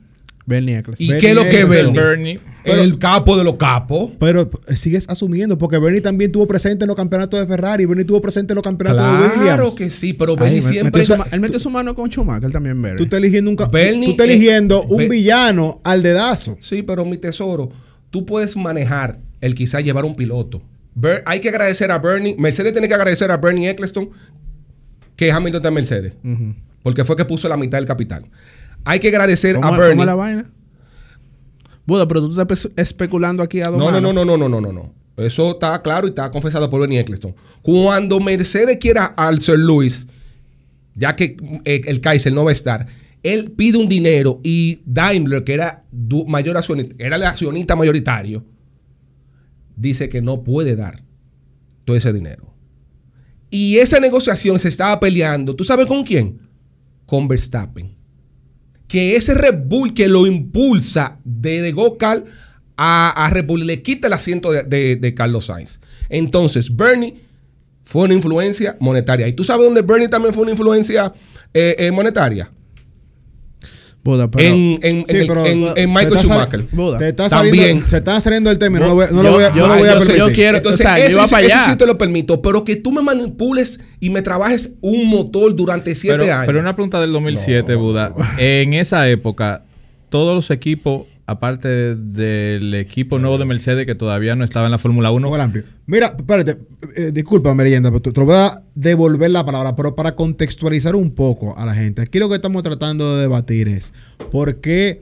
Speaker 5: Ben Nicholas.
Speaker 6: ¿Y
Speaker 3: Bernie
Speaker 6: qué es lo que
Speaker 3: Ecclestone.
Speaker 6: Bernie?
Speaker 4: Bernie.
Speaker 6: el capo de los capos.
Speaker 3: Pero eh, sigues asumiendo, porque Bernie también tuvo presente en los campeonatos de Ferrari, Bernie tuvo presente en los campeonatos de
Speaker 6: Claro
Speaker 3: Williams.
Speaker 6: que sí, pero
Speaker 5: Ahí,
Speaker 6: Bernie
Speaker 5: me-
Speaker 6: siempre.
Speaker 5: metió su ma- él metió su mano con Schumacher también, Bernie.
Speaker 3: Tú estás eligiendo un, ca-
Speaker 6: Bernie
Speaker 3: tú estás
Speaker 6: es-
Speaker 3: eligiendo un
Speaker 6: Be-
Speaker 3: villano al dedazo.
Speaker 6: Sí, pero mi tesoro, tú puedes manejar el quizá llevar un piloto. Ber- hay que agradecer a Bernie. Mercedes tiene que agradecer a Bernie Eccleston que Hamilton está en Mercedes. Porque fue que puso la mitad del capital. Hay que agradecer
Speaker 5: ¿Cómo-
Speaker 6: a
Speaker 5: cómo
Speaker 6: Bernie.
Speaker 5: es la vaina? Buda, pero tú estás espe- especulando aquí a dos
Speaker 6: No, no,
Speaker 5: manos.
Speaker 6: no, no, no, no, no, no, no. Eso está claro y está confesado por Benny Eccleston. Cuando Mercedes quiera al Sir Luis, ya que eh, el Kaiser no va a estar, él pide un dinero y Daimler, que era du- mayor accionista, era el accionista mayoritario, dice que no puede dar todo ese dinero. Y esa negociación se estaba peleando, ¿tú sabes con quién? Con Verstappen que ese Red Bull que lo impulsa desde Gokal a, a Red Bull le quita el asiento de, de- de Carlos Sainz. Entonces, Bernie fue una influencia monetaria. ¿Y tú sabes dónde Bernie también fue una influencia eh, eh, monetaria?
Speaker 5: Buda, pero...
Speaker 6: en,
Speaker 3: Sí,
Speaker 6: en- en el-
Speaker 3: pero-
Speaker 6: en- en
Speaker 3: te
Speaker 6: Michael
Speaker 3: está sal-
Speaker 6: Schumacher.
Speaker 5: Buda.
Speaker 3: Te está
Speaker 6: También.
Speaker 3: saliendo, se está saliendo el tema. No lo voy, a- no lo
Speaker 5: Yo-
Speaker 3: voy a, no
Speaker 5: yo-
Speaker 3: lo voy a
Speaker 5: yo- yo
Speaker 3: permitir.
Speaker 5: quiero-
Speaker 6: Entonces,
Speaker 5: o sea, yo
Speaker 6: eso,
Speaker 5: iba
Speaker 6: eso-
Speaker 5: para
Speaker 6: eso
Speaker 5: allá.
Speaker 6: sí te lo permito, pero que tú me manipules y me trabajes un motor durante siete
Speaker 4: Pero,
Speaker 6: años.
Speaker 4: pero una pregunta del 2007, Buda. En esa época, todos los equipos, aparte del equipo nuevo de Mercedes que todavía no estaba en la Fórmula 1,
Speaker 3: Juego amplio. Mira, espérate, eh, disculpa, Merienda, pero te- te voy a devolver la palabra, pero para contextualizar un poco a la gente. Aquí lo que estamos tratando de debatir es por qué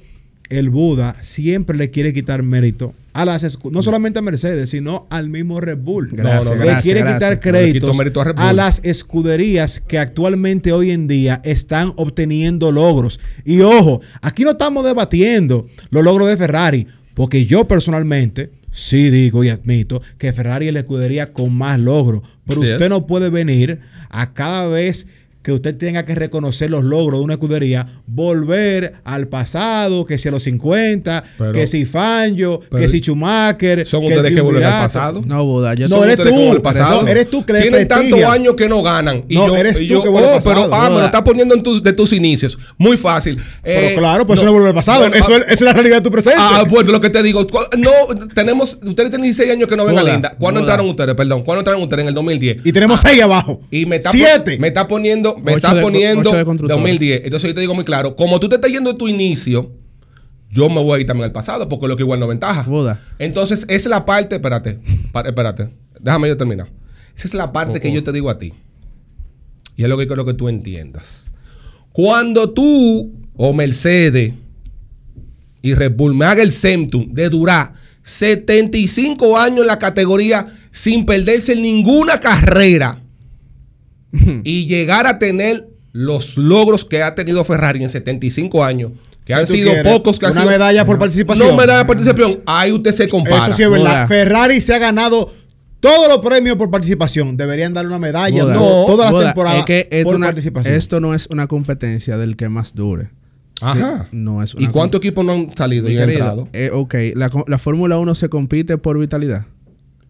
Speaker 3: el Buda siempre le quiere quitar mérito a las escu- no solamente a Mercedes, sino al mismo Red Bull.
Speaker 5: Gracias,
Speaker 3: le
Speaker 5: gracias,
Speaker 3: quiere
Speaker 5: gracias.
Speaker 3: quitar
Speaker 6: No le quito
Speaker 3: créditos
Speaker 6: mérito a Red
Speaker 3: a,
Speaker 6: Bull.
Speaker 3: las escuderías que actualmente hoy en día están obteniendo logros. Y ojo, aquí no estamos debatiendo los logros de Ferrari, porque yo personalmente sí digo y admito que Ferrari es la escudería con más logros, pero
Speaker 4: Así
Speaker 3: usted
Speaker 4: es.
Speaker 3: no puede venir a cada vez que usted tenga que reconocer los logros de una escudería, volver al pasado, que si a los 50,
Speaker 6: Pero-
Speaker 3: que si Fangio,
Speaker 6: pero-
Speaker 3: que si Schumacher,
Speaker 6: Son ustedes que vuelven al
Speaker 3: triunvirato.
Speaker 6: pasado.
Speaker 5: No, Buda, yo
Speaker 3: No,
Speaker 5: soy-
Speaker 3: eres
Speaker 6: Ustedes
Speaker 3: tú.
Speaker 6: que vuelven al pasado.
Speaker 3: No, eres tú que le
Speaker 6: Tienen tantos
Speaker 3: prestigia.
Speaker 6: años que no ganan.
Speaker 3: No, eres tú que vuelves
Speaker 6: oh,
Speaker 3: al pasado.
Speaker 6: Pero, ah, me lo
Speaker 5: Ahora-
Speaker 6: estás poniendo en tus- de tus inicios. Muy fácil. Eh,
Speaker 3: Pero claro, pues
Speaker 6: no.
Speaker 3: eso no vuelve al pasado.
Speaker 6: Bueno,
Speaker 3: eso,
Speaker 6: ah,
Speaker 3: es, esa es la realidad de tu presente.
Speaker 6: Ah, bueno, lo que te digo, cu- no, tenemos, ustedes tienen 16 años que no ven a
Speaker 5: Boda,
Speaker 6: Linda. ¿Cuándo
Speaker 5: boda.
Speaker 6: entraron ustedes? Perdón, ¿cuándo entraron ustedes? En el 2010.
Speaker 3: y tenemos seis abajo.
Speaker 6: Ah, Y me está, pon-
Speaker 3: siete.
Speaker 6: me está poniendo, me
Speaker 5: Ocho
Speaker 6: está
Speaker 5: de-
Speaker 6: poniendo
Speaker 5: ocho de constructores.
Speaker 6: 2010. Entonces yo te digo muy claro, como tú te estás yendo de tu inicio, yo me voy a ir también al pasado, porque lo que igual no ventaja.
Speaker 5: Boda.
Speaker 6: Entonces, esa es la parte, espérate, pa- espérate, déjame yo terminar. Esa es la parte
Speaker 5: Oh,
Speaker 6: que yo te digo a ti. Y es lo que quiero que tú entiendas. Cuando tú o Mercedes y Red Bull me haga el Centum de durar 75 años en la categoría sin perderse ninguna carrera y llegar a tener los logros que ha tenido Ferrari en 75 años, que han
Speaker 3: ¿Qué tú
Speaker 6: sido
Speaker 3: quieres?
Speaker 6: pocos que han
Speaker 3: Una
Speaker 6: sido
Speaker 3: medalla por participación.
Speaker 6: No medalla por participación, ahí usted se compara.
Speaker 3: Eso sí es verdad.
Speaker 5: Boda.
Speaker 3: Ferrari se ha ganado todos los premios por participación. Deberían darle una medalla
Speaker 5: Buda,
Speaker 3: to- todas las
Speaker 5: Buda,
Speaker 3: temporadas
Speaker 5: es que esto,
Speaker 3: por
Speaker 5: una-
Speaker 3: participación.
Speaker 5: esto no es una competencia del que más dure.
Speaker 6: Ajá.
Speaker 5: Sí, no es
Speaker 6: ¿Y
Speaker 5: una
Speaker 6: cuántos equipos no han salido
Speaker 5: Mi
Speaker 6: y han
Speaker 5: querido,
Speaker 6: entrado?
Speaker 5: eh, ok, la, co- la Fórmula 1 se compite por vitalidad.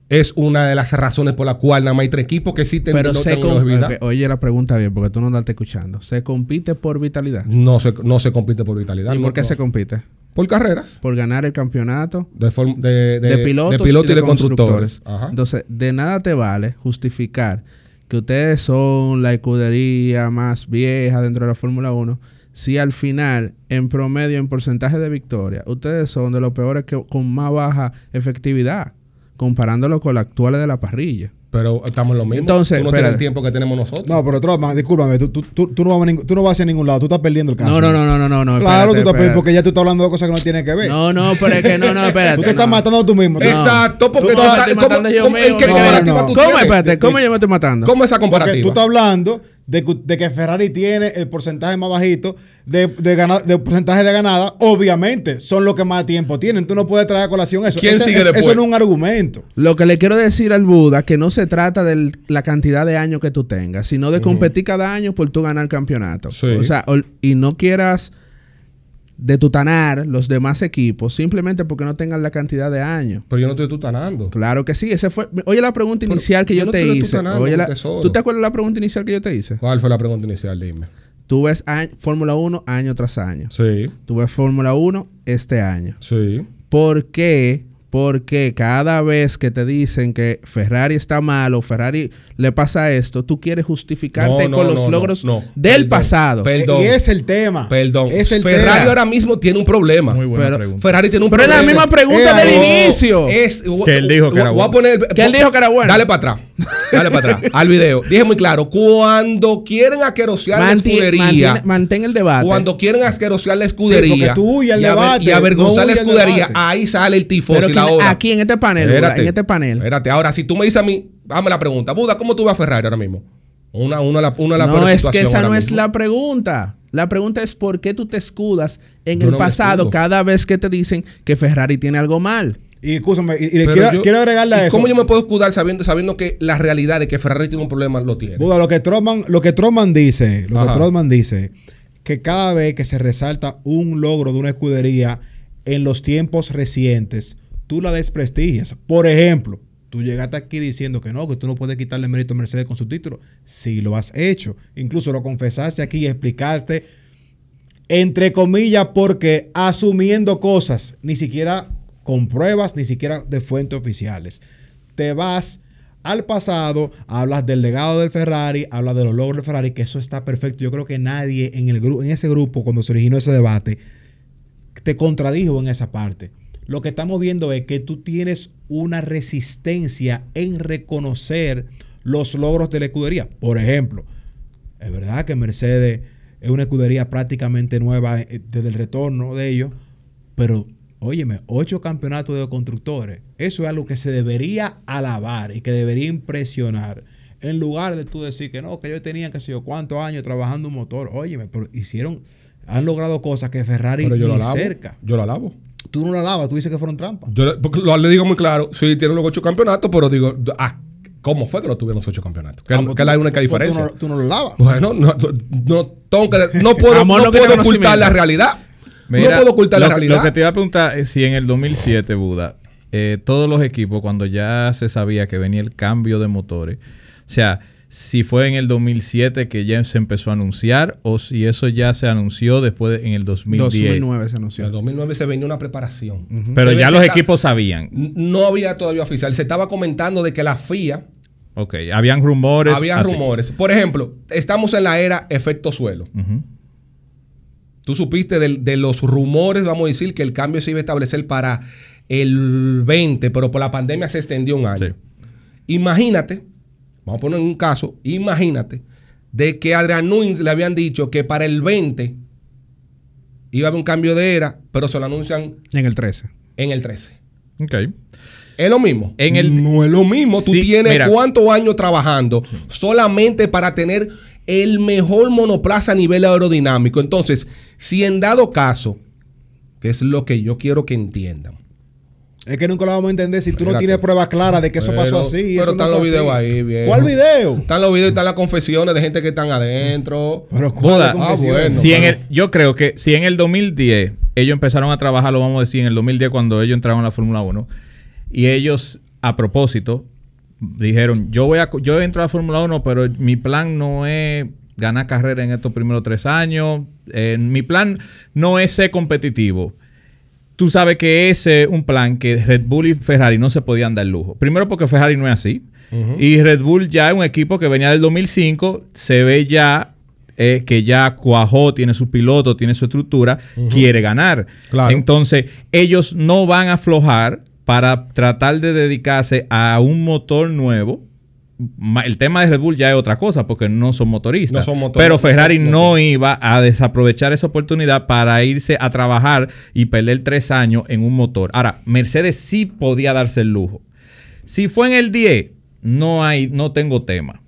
Speaker 6: Es una de las razones por la cual nada más hay tres equipos que existen
Speaker 5: Pero
Speaker 6: no
Speaker 5: se
Speaker 6: tienen
Speaker 5: com-
Speaker 6: longevidad.
Speaker 5: ok, Oye la pregunta bien, porque tú no la estás escuchando. ¿Se compite por vitalidad?
Speaker 6: No se, no se compite por vitalidad.
Speaker 5: ¿Y
Speaker 6: no,
Speaker 5: por qué
Speaker 6: no.
Speaker 5: se compite?
Speaker 6: Por carreras.
Speaker 5: Por ganar el campeonato
Speaker 6: De, form- de,
Speaker 5: de, pilotos
Speaker 6: piloto y de, constructores. Ajá.
Speaker 5: Entonces, de nada te vale justificar que ustedes son la escudería más vieja dentro de la Fórmula 1 si al final, en promedio, en porcentaje de victoria, ustedes son de los peores que, con más baja efectividad, comparándolo con la actual de la parrilla.
Speaker 6: Pero estamos en lo mismo.
Speaker 5: Entonces,
Speaker 6: Tú no tienes
Speaker 5: espérate.
Speaker 6: el tiempo que tenemos nosotros.
Speaker 3: no, pero Trotman, discúlpame. Tú, tú, tú, tú no vas a ning- tú no vas hacia ningún lado. Tú estás perdiendo el caso.
Speaker 5: No, no, no, no, no, no.
Speaker 3: Claro,
Speaker 5: no espérate,
Speaker 3: tú estás perdiendo
Speaker 5: espérate.
Speaker 3: porque ya tú estás hablando de cosas que no tienen que ver.
Speaker 5: No, no, pero es que no, no, espérate.
Speaker 3: tú te estás
Speaker 5: no.
Speaker 3: matando a tú mismo.
Speaker 5: No.
Speaker 6: Exacto, porque
Speaker 5: Tú
Speaker 6: tú
Speaker 5: me
Speaker 6: estás-
Speaker 5: estás
Speaker 6: ¿cómo-
Speaker 5: matando yo
Speaker 6: cómo- ¿En
Speaker 5: mismo,
Speaker 6: qué
Speaker 3: no,
Speaker 6: comparativa
Speaker 3: no.
Speaker 6: tú
Speaker 5: ¿Cómo,
Speaker 6: tienes?
Speaker 5: espérate? ¿Cómo yo me estoy matando?
Speaker 6: ¿Cómo esa
Speaker 3: Porque tú
Speaker 6: comparativa?
Speaker 3: estás hablando de que, de que Ferrari tiene el porcentaje más bajito de, de, gana- de porcentaje de ganada. Obviamente, son los que más tiempo tienen. Tú no puedes traer a colación eso.
Speaker 6: ¿Quién
Speaker 3: Ese-
Speaker 6: sigue
Speaker 3: es-
Speaker 6: después?
Speaker 3: Eso no es un argumento.
Speaker 5: Lo que le quiero decir al Buda que no se trata de la cantidad de años que tú tengas, sino de competir cada año por tú ganar campeonato.
Speaker 6: Sí.
Speaker 5: O sea, ol- y no quieras detutanar los demás equipos simplemente porque no tengan la cantidad de años.
Speaker 6: Pero yo no estoy tutanando.
Speaker 5: Claro que sí, ese fue. Oye, la pregunta
Speaker 6: Pero
Speaker 5: inicial que
Speaker 6: yo
Speaker 5: yo,
Speaker 6: no
Speaker 5: te
Speaker 6: estoy
Speaker 5: hice.
Speaker 6: detutanando,
Speaker 5: Oye, la-
Speaker 6: tesoro.
Speaker 5: ¿Tú te acuerdas la pregunta inicial que yo te hice?
Speaker 6: ¿Cuál fue la pregunta inicial? Dime.
Speaker 5: Tú ves a- Fórmula 1 año tras año.
Speaker 6: Sí,
Speaker 5: Tú ves Fórmula 1 este año.
Speaker 6: sí.
Speaker 5: ¿Por qué Porque cada vez que te dicen que Ferrari está mal o Ferrari le pasa esto, tú quieres justificarte
Speaker 6: No, no,
Speaker 5: con los
Speaker 6: no, no,
Speaker 5: logros
Speaker 6: no.
Speaker 5: del
Speaker 6: Perdón,
Speaker 5: pasado.
Speaker 6: per- Perdón.
Speaker 3: Y es el tema.
Speaker 6: Perdón.
Speaker 3: Es el
Speaker 6: Ferrari
Speaker 3: tema.
Speaker 6: ahora mismo tiene un problema.
Speaker 4: Muy buena
Speaker 5: Pero-
Speaker 4: pregunta.
Speaker 6: Ferrari tiene un
Speaker 5: Pero es la
Speaker 6: problema.
Speaker 5: misma pregunta
Speaker 3: eh,
Speaker 5: del
Speaker 3: no,
Speaker 5: inicio.
Speaker 6: Es-
Speaker 4: Que él dijo que era
Speaker 6: voy
Speaker 4: bueno.
Speaker 6: a poner el-
Speaker 5: Que él dijo que era bueno.
Speaker 6: Dale para atrás. Dale para atrás. Al video. Dije muy claro. Cuando quieren asquerosear la
Speaker 5: Manti-
Speaker 6: escudería.
Speaker 5: mantén, mantén el debate.
Speaker 6: cuando quieren asquerosear la escudería
Speaker 3: porque tú huyes al
Speaker 6: y, aver-
Speaker 3: debate,
Speaker 6: y avergonzar
Speaker 3: no
Speaker 6: la
Speaker 3: huyes al
Speaker 6: escudería,
Speaker 3: debate.
Speaker 6: ahí sale el tifo
Speaker 5: Pero
Speaker 6: y
Speaker 5: que
Speaker 6: la hora.
Speaker 5: aquí en este panel, Buda, en este panel.
Speaker 6: Espérate, ahora si tú me dices a mí, dame la pregunta, Buda, ¿cómo tú ves a Ferrari ahora mismo? Una, una, la, una la
Speaker 5: no
Speaker 6: peor
Speaker 5: es que
Speaker 6: situación
Speaker 5: esa
Speaker 6: ahora
Speaker 5: no es
Speaker 6: mismo.
Speaker 5: la pregunta. La pregunta es por qué tú te escudas en
Speaker 6: Yo
Speaker 5: el
Speaker 6: no me
Speaker 5: pasado
Speaker 6: escudo.
Speaker 5: cada vez que te dicen que Ferrari tiene algo mal.
Speaker 3: Y escúchame, y, y le
Speaker 6: Pero
Speaker 3: quiero,
Speaker 6: yo-
Speaker 3: quiero agregarle a
Speaker 6: ¿y
Speaker 3: eso.
Speaker 6: ¿Cómo yo me puedo escudar sabiendo, sabiendo que la realidad de que Ferrari tiene un problema lo tiene?
Speaker 3: Buda, lo que Trotman, lo que Trotman dice, lo
Speaker 6: Ajá.
Speaker 3: que Trotman dice, que cada vez que se resalta un logro de una escudería en los tiempos recientes, tú la desprestigias. Por ejemplo, tú llegaste aquí diciendo que no, que tú no puedes quitarle mérito a Mercedes con su título. Sí lo has hecho. Incluso lo confesaste aquí y explicaste, entre comillas, porque asumiendo cosas, ni siquiera con pruebas, ni siquiera de fuentes oficiales te vas al pasado, hablas del legado del Ferrari, hablas de los logros del Ferrari, que eso está perfecto. Yo creo que nadie en, el gru- en ese grupo, cuando se originó ese debate, te contradijo en esa parte. Lo que estamos viendo es que tú tienes una resistencia en reconocer los logros de la escudería. Por ejemplo, es verdad que Mercedes es una escudería prácticamente nueva eh, desde el retorno de ellos, pero óyeme, ocho campeonatos de constructores, eso es algo que se debería alabar y que debería impresionar. En lugar de tú decir que no, que ellos tenían que sé yo cuántos años trabajando un motor, óyeme, pero hicieron, han logrado cosas que Ferrari
Speaker 6: Pero yo lo
Speaker 3: ni
Speaker 6: alabo.
Speaker 3: cerca.
Speaker 6: Yo lo alabo.
Speaker 3: Tú no la lavas, tú dices que fueron trampas.
Speaker 6: Yo le, porque lo- le digo muy claro, sí, tienen los ocho campeonatos, pero digo, ah, ¿cómo fue que lo tuvieron los ocho campeonatos? Que,
Speaker 3: Ah,
Speaker 6: que
Speaker 3: pues
Speaker 6: es la
Speaker 3: tú-
Speaker 6: única
Speaker 3: pues tú
Speaker 6: diferencia.
Speaker 3: no- Tú no, lo lavas.
Speaker 6: Bueno, no, no- no tengo que- no puedo,
Speaker 5: Amor,
Speaker 6: no
Speaker 5: no que
Speaker 6: puedo
Speaker 5: tenga
Speaker 6: ocultar la
Speaker 5: conocimiento.
Speaker 6: realidad.
Speaker 4: Mira,
Speaker 6: no puedo ocultar
Speaker 4: lo,
Speaker 6: la realidad.
Speaker 4: Lo que te iba a preguntar es si en el 2007, Buda, eh, todos los equipos, cuando ya se sabía que venía el cambio de motores, o sea, si fue en el 2007 que ya se empezó a anunciar o si eso ya se anunció después de- en el 2010.
Speaker 5: 2009 se
Speaker 6: En el
Speaker 5: anunció.
Speaker 6: 2009 se venía una preparación.
Speaker 4: Pero
Speaker 6: Se
Speaker 4: ya
Speaker 6: ve-
Speaker 4: los
Speaker 6: se está-
Speaker 4: equipos sabían.
Speaker 6: N- No había todavía oficial. Se estaba comentando de que la FIA
Speaker 4: Ok, habían rumores.
Speaker 6: había
Speaker 4: así.
Speaker 6: rumores. Por ejemplo, estamos en la era efecto suelo.
Speaker 4: Ujú.
Speaker 6: Tú supiste del- de, los rumores, vamos a decir, que el cambio se iba a establecer para el 20, pero por la pandemia se extendió un año.
Speaker 4: Sí.
Speaker 6: Imagínate, vamos a poner un caso, imagínate de que a Adrian Nunes le habían dicho que para el 20 iba a haber un cambio de era, pero se lo anuncian
Speaker 5: En el 13.
Speaker 6: en el 13.
Speaker 4: Ok.
Speaker 6: Es lo mismo.
Speaker 4: En el-
Speaker 6: no es lo mismo. Tú
Speaker 4: Sí,
Speaker 6: tienes
Speaker 4: mira.
Speaker 6: cuántos años trabajando solamente para tener el mejor monoplaza a nivel aerodinámico. Entonces, si en dado caso, que es lo que yo quiero que entiendan.
Speaker 3: Es que nunca lo vamos a entender si tú no
Speaker 6: Espérate.
Speaker 3: tienes pruebas claras de que eso pasó
Speaker 6: Pero-
Speaker 3: así. y
Speaker 6: pero
Speaker 3: eso no
Speaker 6: están
Speaker 3: fue
Speaker 6: los
Speaker 3: así.
Speaker 6: videos ahí, viejo.
Speaker 3: ¿Cuál video?
Speaker 6: Están los videos y están las confesiones de gente que están adentro.
Speaker 3: Pero
Speaker 4: Buda,
Speaker 6: Ah, bueno.
Speaker 4: si en
Speaker 6: pero-
Speaker 4: el, yo creo que si en el 2010 ellos empezaron a trabajar, lo vamos a decir, en el 2010 cuando ellos entraron a la Fórmula 1, y ellos a propósito dijeron, yo voy a co- yo entro a la Fórmula 1, pero mi plan no es ganar carrera en estos primeros tres años, eh, mi plan no es ser competitivo. Tú sabes que ese es un plan que Red Bull y Ferrari no se podían dar lujo. Primero porque Ferrari no es así. Y Red Bull ya es un equipo que venía del 2005, se ve ya eh, que ya cuajó, tiene su piloto, tiene su estructura, quiere ganar.
Speaker 6: Claro.
Speaker 4: Entonces, ellos no van a aflojar para tratar de dedicarse a un motor nuevo. Ma- El tema de Red Bull ya es otra cosa porque no son motoristas.
Speaker 6: No son motor-
Speaker 4: pero Ferrari
Speaker 6: no-
Speaker 4: no,
Speaker 6: no son-
Speaker 4: iba a desaprovechar esa oportunidad para irse a trabajar y perder tres años en un motor. Ahora, Mercedes sí podía darse el lujo. Si fue en el 10, no hay, no tengo tema.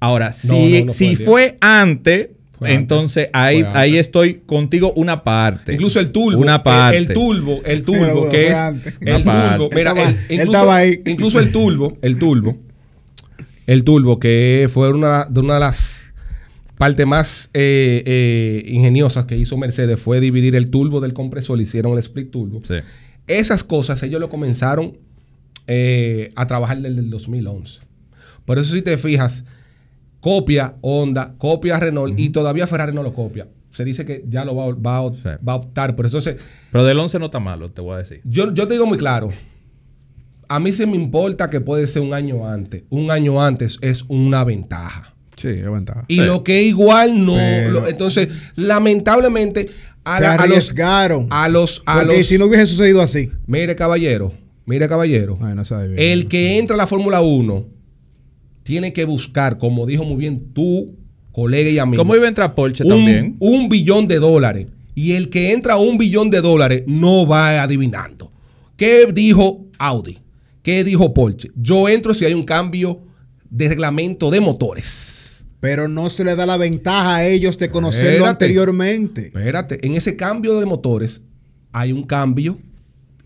Speaker 4: Ahora, si,
Speaker 6: no, no fue
Speaker 4: si
Speaker 6: el 10.
Speaker 4: fue antes,
Speaker 6: Fue
Speaker 4: entonces ahí,
Speaker 6: Fue
Speaker 4: ahí
Speaker 6: antes.
Speaker 4: estoy contigo una parte.
Speaker 6: Incluso el turbo.
Speaker 4: Una
Speaker 6: el-
Speaker 4: parte.
Speaker 6: El, turbo, el
Speaker 3: Mira,
Speaker 6: turbo,
Speaker 3: bueno,
Speaker 6: que
Speaker 3: fue
Speaker 6: es.
Speaker 3: antes.
Speaker 6: El
Speaker 4: Una parte.
Speaker 6: turbo. Mira,
Speaker 3: Él estaba-
Speaker 6: el-
Speaker 3: él
Speaker 6: incluso,
Speaker 3: estaba ahí.
Speaker 6: incluso el turbo, el turbo. El turbo, que fue una de una de las partes más eh, eh, ingeniosas que hizo Mercedes, fue dividir el turbo del compresor, le hicieron el split turbo.
Speaker 4: Sí.
Speaker 6: Esas cosas ellos lo comenzaron eh, a trabajar desde el 2011. Por eso si te fijas, copia Honda, copia Renault y todavía Ferrari no lo copia. Se dice que ya lo va, a- va a-
Speaker 4: Sí.
Speaker 6: va a optar. Pero entonces,
Speaker 4: Pero del 11 no está malo, te voy a decir.
Speaker 6: yo, yo te digo muy claro, A mí se me importa que puede ser un año antes. Un año antes es una ventaja.
Speaker 5: Sí, qué ventaja.
Speaker 6: Y lo que es igual no.
Speaker 3: Pero-
Speaker 6: lo- entonces, lamentablemente, a,
Speaker 3: se
Speaker 6: la- a los.
Speaker 3: arriesgaron.
Speaker 6: A los. A
Speaker 3: Porque
Speaker 6: los-
Speaker 3: si no hubiese sucedido así,
Speaker 6: Mire, caballero. Mire, caballero.
Speaker 5: Ay, no se adivina.
Speaker 6: El que entra a la Fórmula 1 tiene que buscar, como dijo muy bien tu colega y amigo,
Speaker 4: ¿Cómo iba a entrar Porsche
Speaker 6: un,
Speaker 4: también?
Speaker 6: un billón de dólares. Y el que entra a un billón de dólares no va adivinando. ¿Qué dijo Audi? ¿Qué dijo Porsche? Yo entro si hay un cambio de reglamento de motores.
Speaker 3: pero no se le da la ventaja a ellos de conocerlo
Speaker 6: Espérate.
Speaker 3: anteriormente.
Speaker 6: Espérate, en ese cambio de motores hay un cambio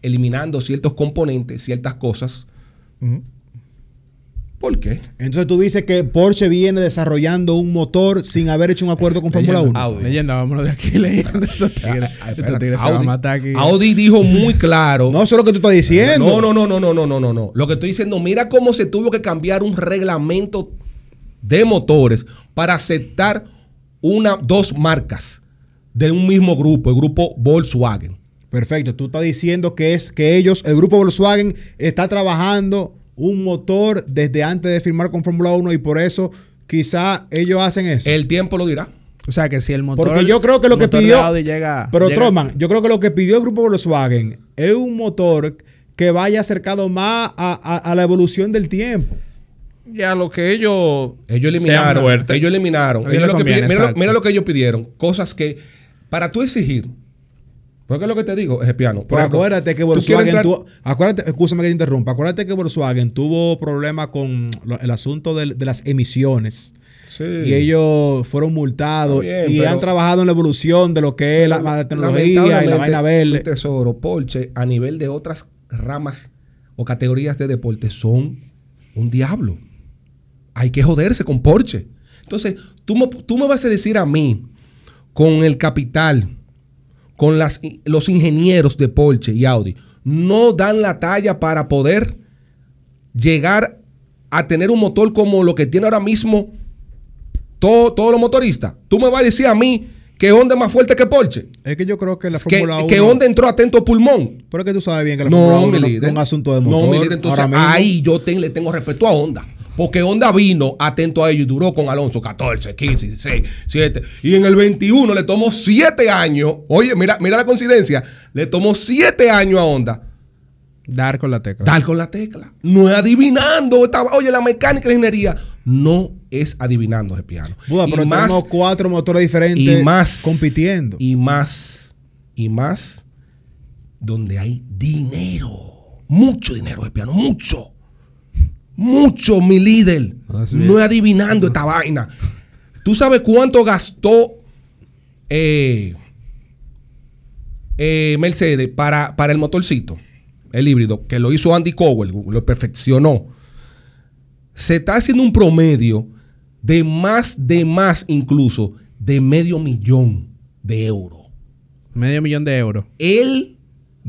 Speaker 6: eliminando ciertos componentes, ciertas cosas. ¿Por qué?
Speaker 3: Entonces tú dices que Porsche viene desarrollando un motor sin haber hecho un acuerdo con Fórmula 1.
Speaker 4: Audi.
Speaker 5: Leyenda, vámonos de aquí, leyenda. Estos tigres estos tigres Este se van a
Speaker 6: Audi,
Speaker 5: matar aquí.
Speaker 6: Audi dijo muy claro.
Speaker 3: No, eso es lo que tú estás diciendo.
Speaker 6: No, no, no, no, no, no, no, no, no. Lo que estoy diciendo, mira cómo se tuvo que cambiar un reglamento de motores para aceptar una, dos marcas de un mismo grupo, el grupo Volkswagen.
Speaker 3: Perfecto, tú estás diciendo que es que ellos, el grupo Volkswagen, está trabajando un motor desde antes de firmar con Fórmula 1 y por eso quizá ellos hacen eso.
Speaker 6: El tiempo lo dirá.
Speaker 5: O sea, que si el motor.
Speaker 3: Porque yo creo que lo
Speaker 5: el
Speaker 3: que
Speaker 5: motor de
Speaker 3: pidió-
Speaker 5: Audi llega.
Speaker 3: Pero
Speaker 5: llega-
Speaker 3: Troman, yo creo que lo que pidió el grupo Volkswagen es un motor que vaya acercado más a, a- a la evolución del tiempo.
Speaker 4: Ya lo que ellos,
Speaker 6: Ellos
Speaker 4: sean
Speaker 6: eliminaron.
Speaker 4: fuertes.
Speaker 6: Ellos eliminaron.
Speaker 5: A
Speaker 6: Ellos
Speaker 5: ellos
Speaker 6: lo que
Speaker 5: conviene,
Speaker 6: pidi- mira, lo,
Speaker 5: exacto.
Speaker 6: mira lo que ellos pidieron. Cosas que, para tú exigir, porque es lo que te digo, es piano.
Speaker 3: Pero acuérdate que Volkswagen
Speaker 6: tuvo...
Speaker 3: tuvo, acuérdate, escúchame que te interrumpa, acuérdate que Volkswagen tuvo problemas con lo- el asunto del- de, las emisiones. Y ellos fueron multados
Speaker 6: Está bien,
Speaker 3: y
Speaker 6: pero-
Speaker 3: han trabajado en la evolución de lo que es la, la tecnología y la
Speaker 6: Lamentablemente,
Speaker 3: vaina
Speaker 6: un
Speaker 3: verde.
Speaker 6: Tesoro, Porsche, a nivel de otras ramas o categorías de deporte, son un diablo. Hay que joderse con Porsche. Entonces, tú me, tú me vas a decir a mí, con el capital, con las, los ingenieros de Porsche y Audi, no dan la talla para poder llegar a tener un motor como lo que tiene ahora mismo todo- todos los motoristas. Tú me vas a decir a mí que Honda es más fuerte que Porsche.
Speaker 3: Es que yo creo que la
Speaker 6: Que,
Speaker 3: Fórmula 1
Speaker 6: que Honda entró atento a pulmón.
Speaker 3: Pero es que tú sabes bien que la Fórmula
Speaker 6: No,
Speaker 3: 1
Speaker 6: mi
Speaker 3: no
Speaker 6: líder.
Speaker 3: es un asunto de motor.
Speaker 6: No, mi líder. Entonces,
Speaker 3: ahora mismo.
Speaker 6: ahí yo te- le tengo respeto a Honda. Porque Honda vino atento a ello y duró con Alonso 14, 15, 16, 7. Y en el 21 le tomó 7 años. Oye, mira, mira la coincidencia. Le tomó 7 años a Honda.
Speaker 5: Dar con la tecla.
Speaker 6: Dar con la tecla. No es adivinando. Esta- oye, la mecánica y la ingeniería no es adivinando ese piano.
Speaker 3: Buda, pero
Speaker 6: y más,
Speaker 3: tenemos cuatro motores diferentes
Speaker 6: y más
Speaker 3: compitiendo.
Speaker 6: Y más. Y más. Donde hay dinero. Mucho dinero ese piano. Mucho. Mucho, mi líder.
Speaker 5: Ah, sí.
Speaker 6: No es adivinando esta vaina. ¿Tú sabes cuánto gastó eh, eh, Mercedes para, para el motorcito, el híbrido, que lo hizo Andy Cowell, lo perfeccionó. Se está haciendo un promedio de más, de más incluso, de medio millón de euros.
Speaker 5: Medio millón de euros.
Speaker 6: El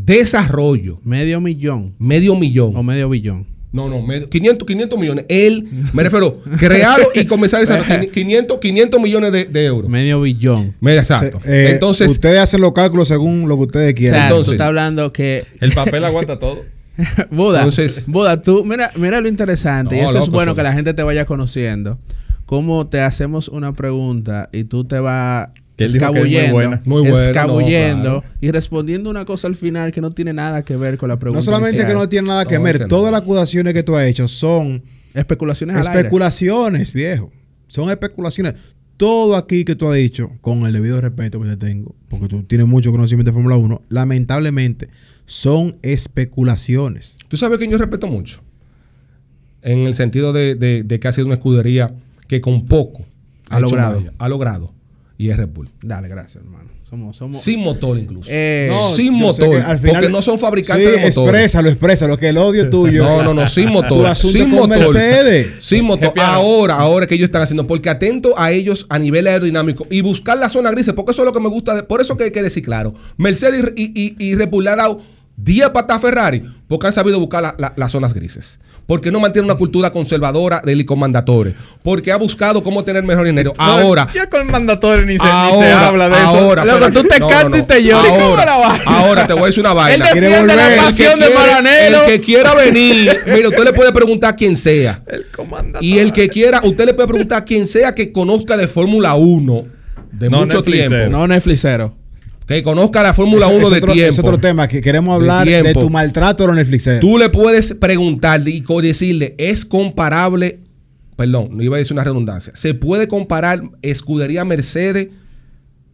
Speaker 6: desarrollo,
Speaker 5: Medio millón.
Speaker 6: medio millón.
Speaker 5: O medio billón.
Speaker 6: No, no, medio- 500, 500 millones. Él, me refiero, crearlo y comenzar a desarrollar 500, 500 millones de, de euros.
Speaker 5: Medio billón.
Speaker 6: Mira,
Speaker 3: Se-
Speaker 6: exacto.
Speaker 3: eh,
Speaker 6: Entonces,
Speaker 3: ustedes hacen los cálculos según lo que ustedes
Speaker 5: O
Speaker 3: quieran.
Speaker 5: sea,
Speaker 6: Entonces-
Speaker 5: tú estás hablando que
Speaker 4: El papel aguanta todo.
Speaker 5: Buda,
Speaker 6: Entonces-
Speaker 5: Buda, tú, mira, mira lo interesante, y
Speaker 6: No,
Speaker 5: eso es
Speaker 6: loco,
Speaker 5: bueno
Speaker 6: eso-
Speaker 5: que la gente te vaya conociendo. Cómo te hacemos una pregunta y tú te vas
Speaker 4: Que él dijo que es muy buena.
Speaker 6: Muy buena, no,
Speaker 5: escabullendo
Speaker 6: claro.
Speaker 5: y respondiendo una cosa al final que no tiene nada que ver con la pregunta.
Speaker 3: no solamente
Speaker 5: inicial.
Speaker 3: que no tiene nada que
Speaker 6: No,
Speaker 3: ver,
Speaker 6: es que no.
Speaker 3: todas las acusaciones que tú has hecho son
Speaker 5: especulaciones al aire.
Speaker 3: especulaciones, viejo. Son especulaciones. Todo aquí que tú has dicho, con el debido respeto que te tengo, porque tú tienes mucho conocimiento de Fórmula 1, lamentablemente son especulaciones.
Speaker 6: Tú sabes que yo respeto mucho. En el sentido de, de- de que ha sido una escudería que con poco
Speaker 5: Ha
Speaker 6: hecho
Speaker 5: logrado.
Speaker 6: magia. Ha logrado. Y es Red Bull.
Speaker 5: Dale, gracias, hermano. Somos somos
Speaker 6: Sin motor incluso.
Speaker 5: Eh,
Speaker 6: No,
Speaker 3: yo
Speaker 6: sin
Speaker 3: sé
Speaker 6: motor.
Speaker 3: que al final-
Speaker 6: porque no son fabricantes
Speaker 3: Sí,
Speaker 6: de motores.
Speaker 3: Exprésalo, exprésalo, que el odio tuyo.
Speaker 6: No, no, no, sin
Speaker 3: Tu
Speaker 6: motor.
Speaker 3: asunto
Speaker 6: Sin
Speaker 3: con
Speaker 6: motor.
Speaker 3: Mercedes. ah.
Speaker 6: Sin motor.
Speaker 4: Qué piano.
Speaker 6: Ahora, ahora que ellos están haciendo. Porque atento a ellos a nivel aerodinámico y buscar la zona gris. Porque eso es lo que me gusta. de- por eso que hay que decir claro. Mercedes y, y, y Red Bull le ha dado 10 patas a Ferrari. Porque han sabido buscar la- la- las zonas grises. Porque no mantiene una cultura conservadora del comandatore. Porque ha buscado cómo tener mejor dinero. Ahora,
Speaker 4: Ya con el mandatorio ni se, ni se
Speaker 6: ahora,
Speaker 4: habla de eso.
Speaker 6: ahora,
Speaker 4: Loco,
Speaker 6: pero-
Speaker 4: tú te
Speaker 6: no,
Speaker 4: cantas y
Speaker 6: no,
Speaker 4: te lloras.
Speaker 6: Ahora,
Speaker 4: ¿Cómo la vas?
Speaker 6: ahora te voy a decir una vaina.
Speaker 5: Él defiende la
Speaker 6: El que
Speaker 5: pasión de
Speaker 6: quiere-
Speaker 5: Maranelo.
Speaker 6: El que quiera venir, mire, usted le puede preguntar a quien sea.
Speaker 4: El comandante.
Speaker 6: Y el que quiera, usted le puede preguntar a quien sea que conozca de Fórmula 1 de
Speaker 4: No,
Speaker 6: mucho
Speaker 4: Netflix, eh.
Speaker 6: tiempo.
Speaker 5: No Netflixero.
Speaker 6: Que conozca la Fórmula
Speaker 3: Eso-
Speaker 6: 1
Speaker 3: es
Speaker 6: de
Speaker 3: otro,
Speaker 6: tiempo.
Speaker 3: Es otro tema que queremos
Speaker 6: De
Speaker 3: hablar de,
Speaker 6: tiempo.
Speaker 3: tu maltrato a los Netflixeros.
Speaker 6: Tú le puedes preguntarle y co- decirle, es comparable, perdón, no iba a decir una redundancia, se puede comparar escudería Mercedes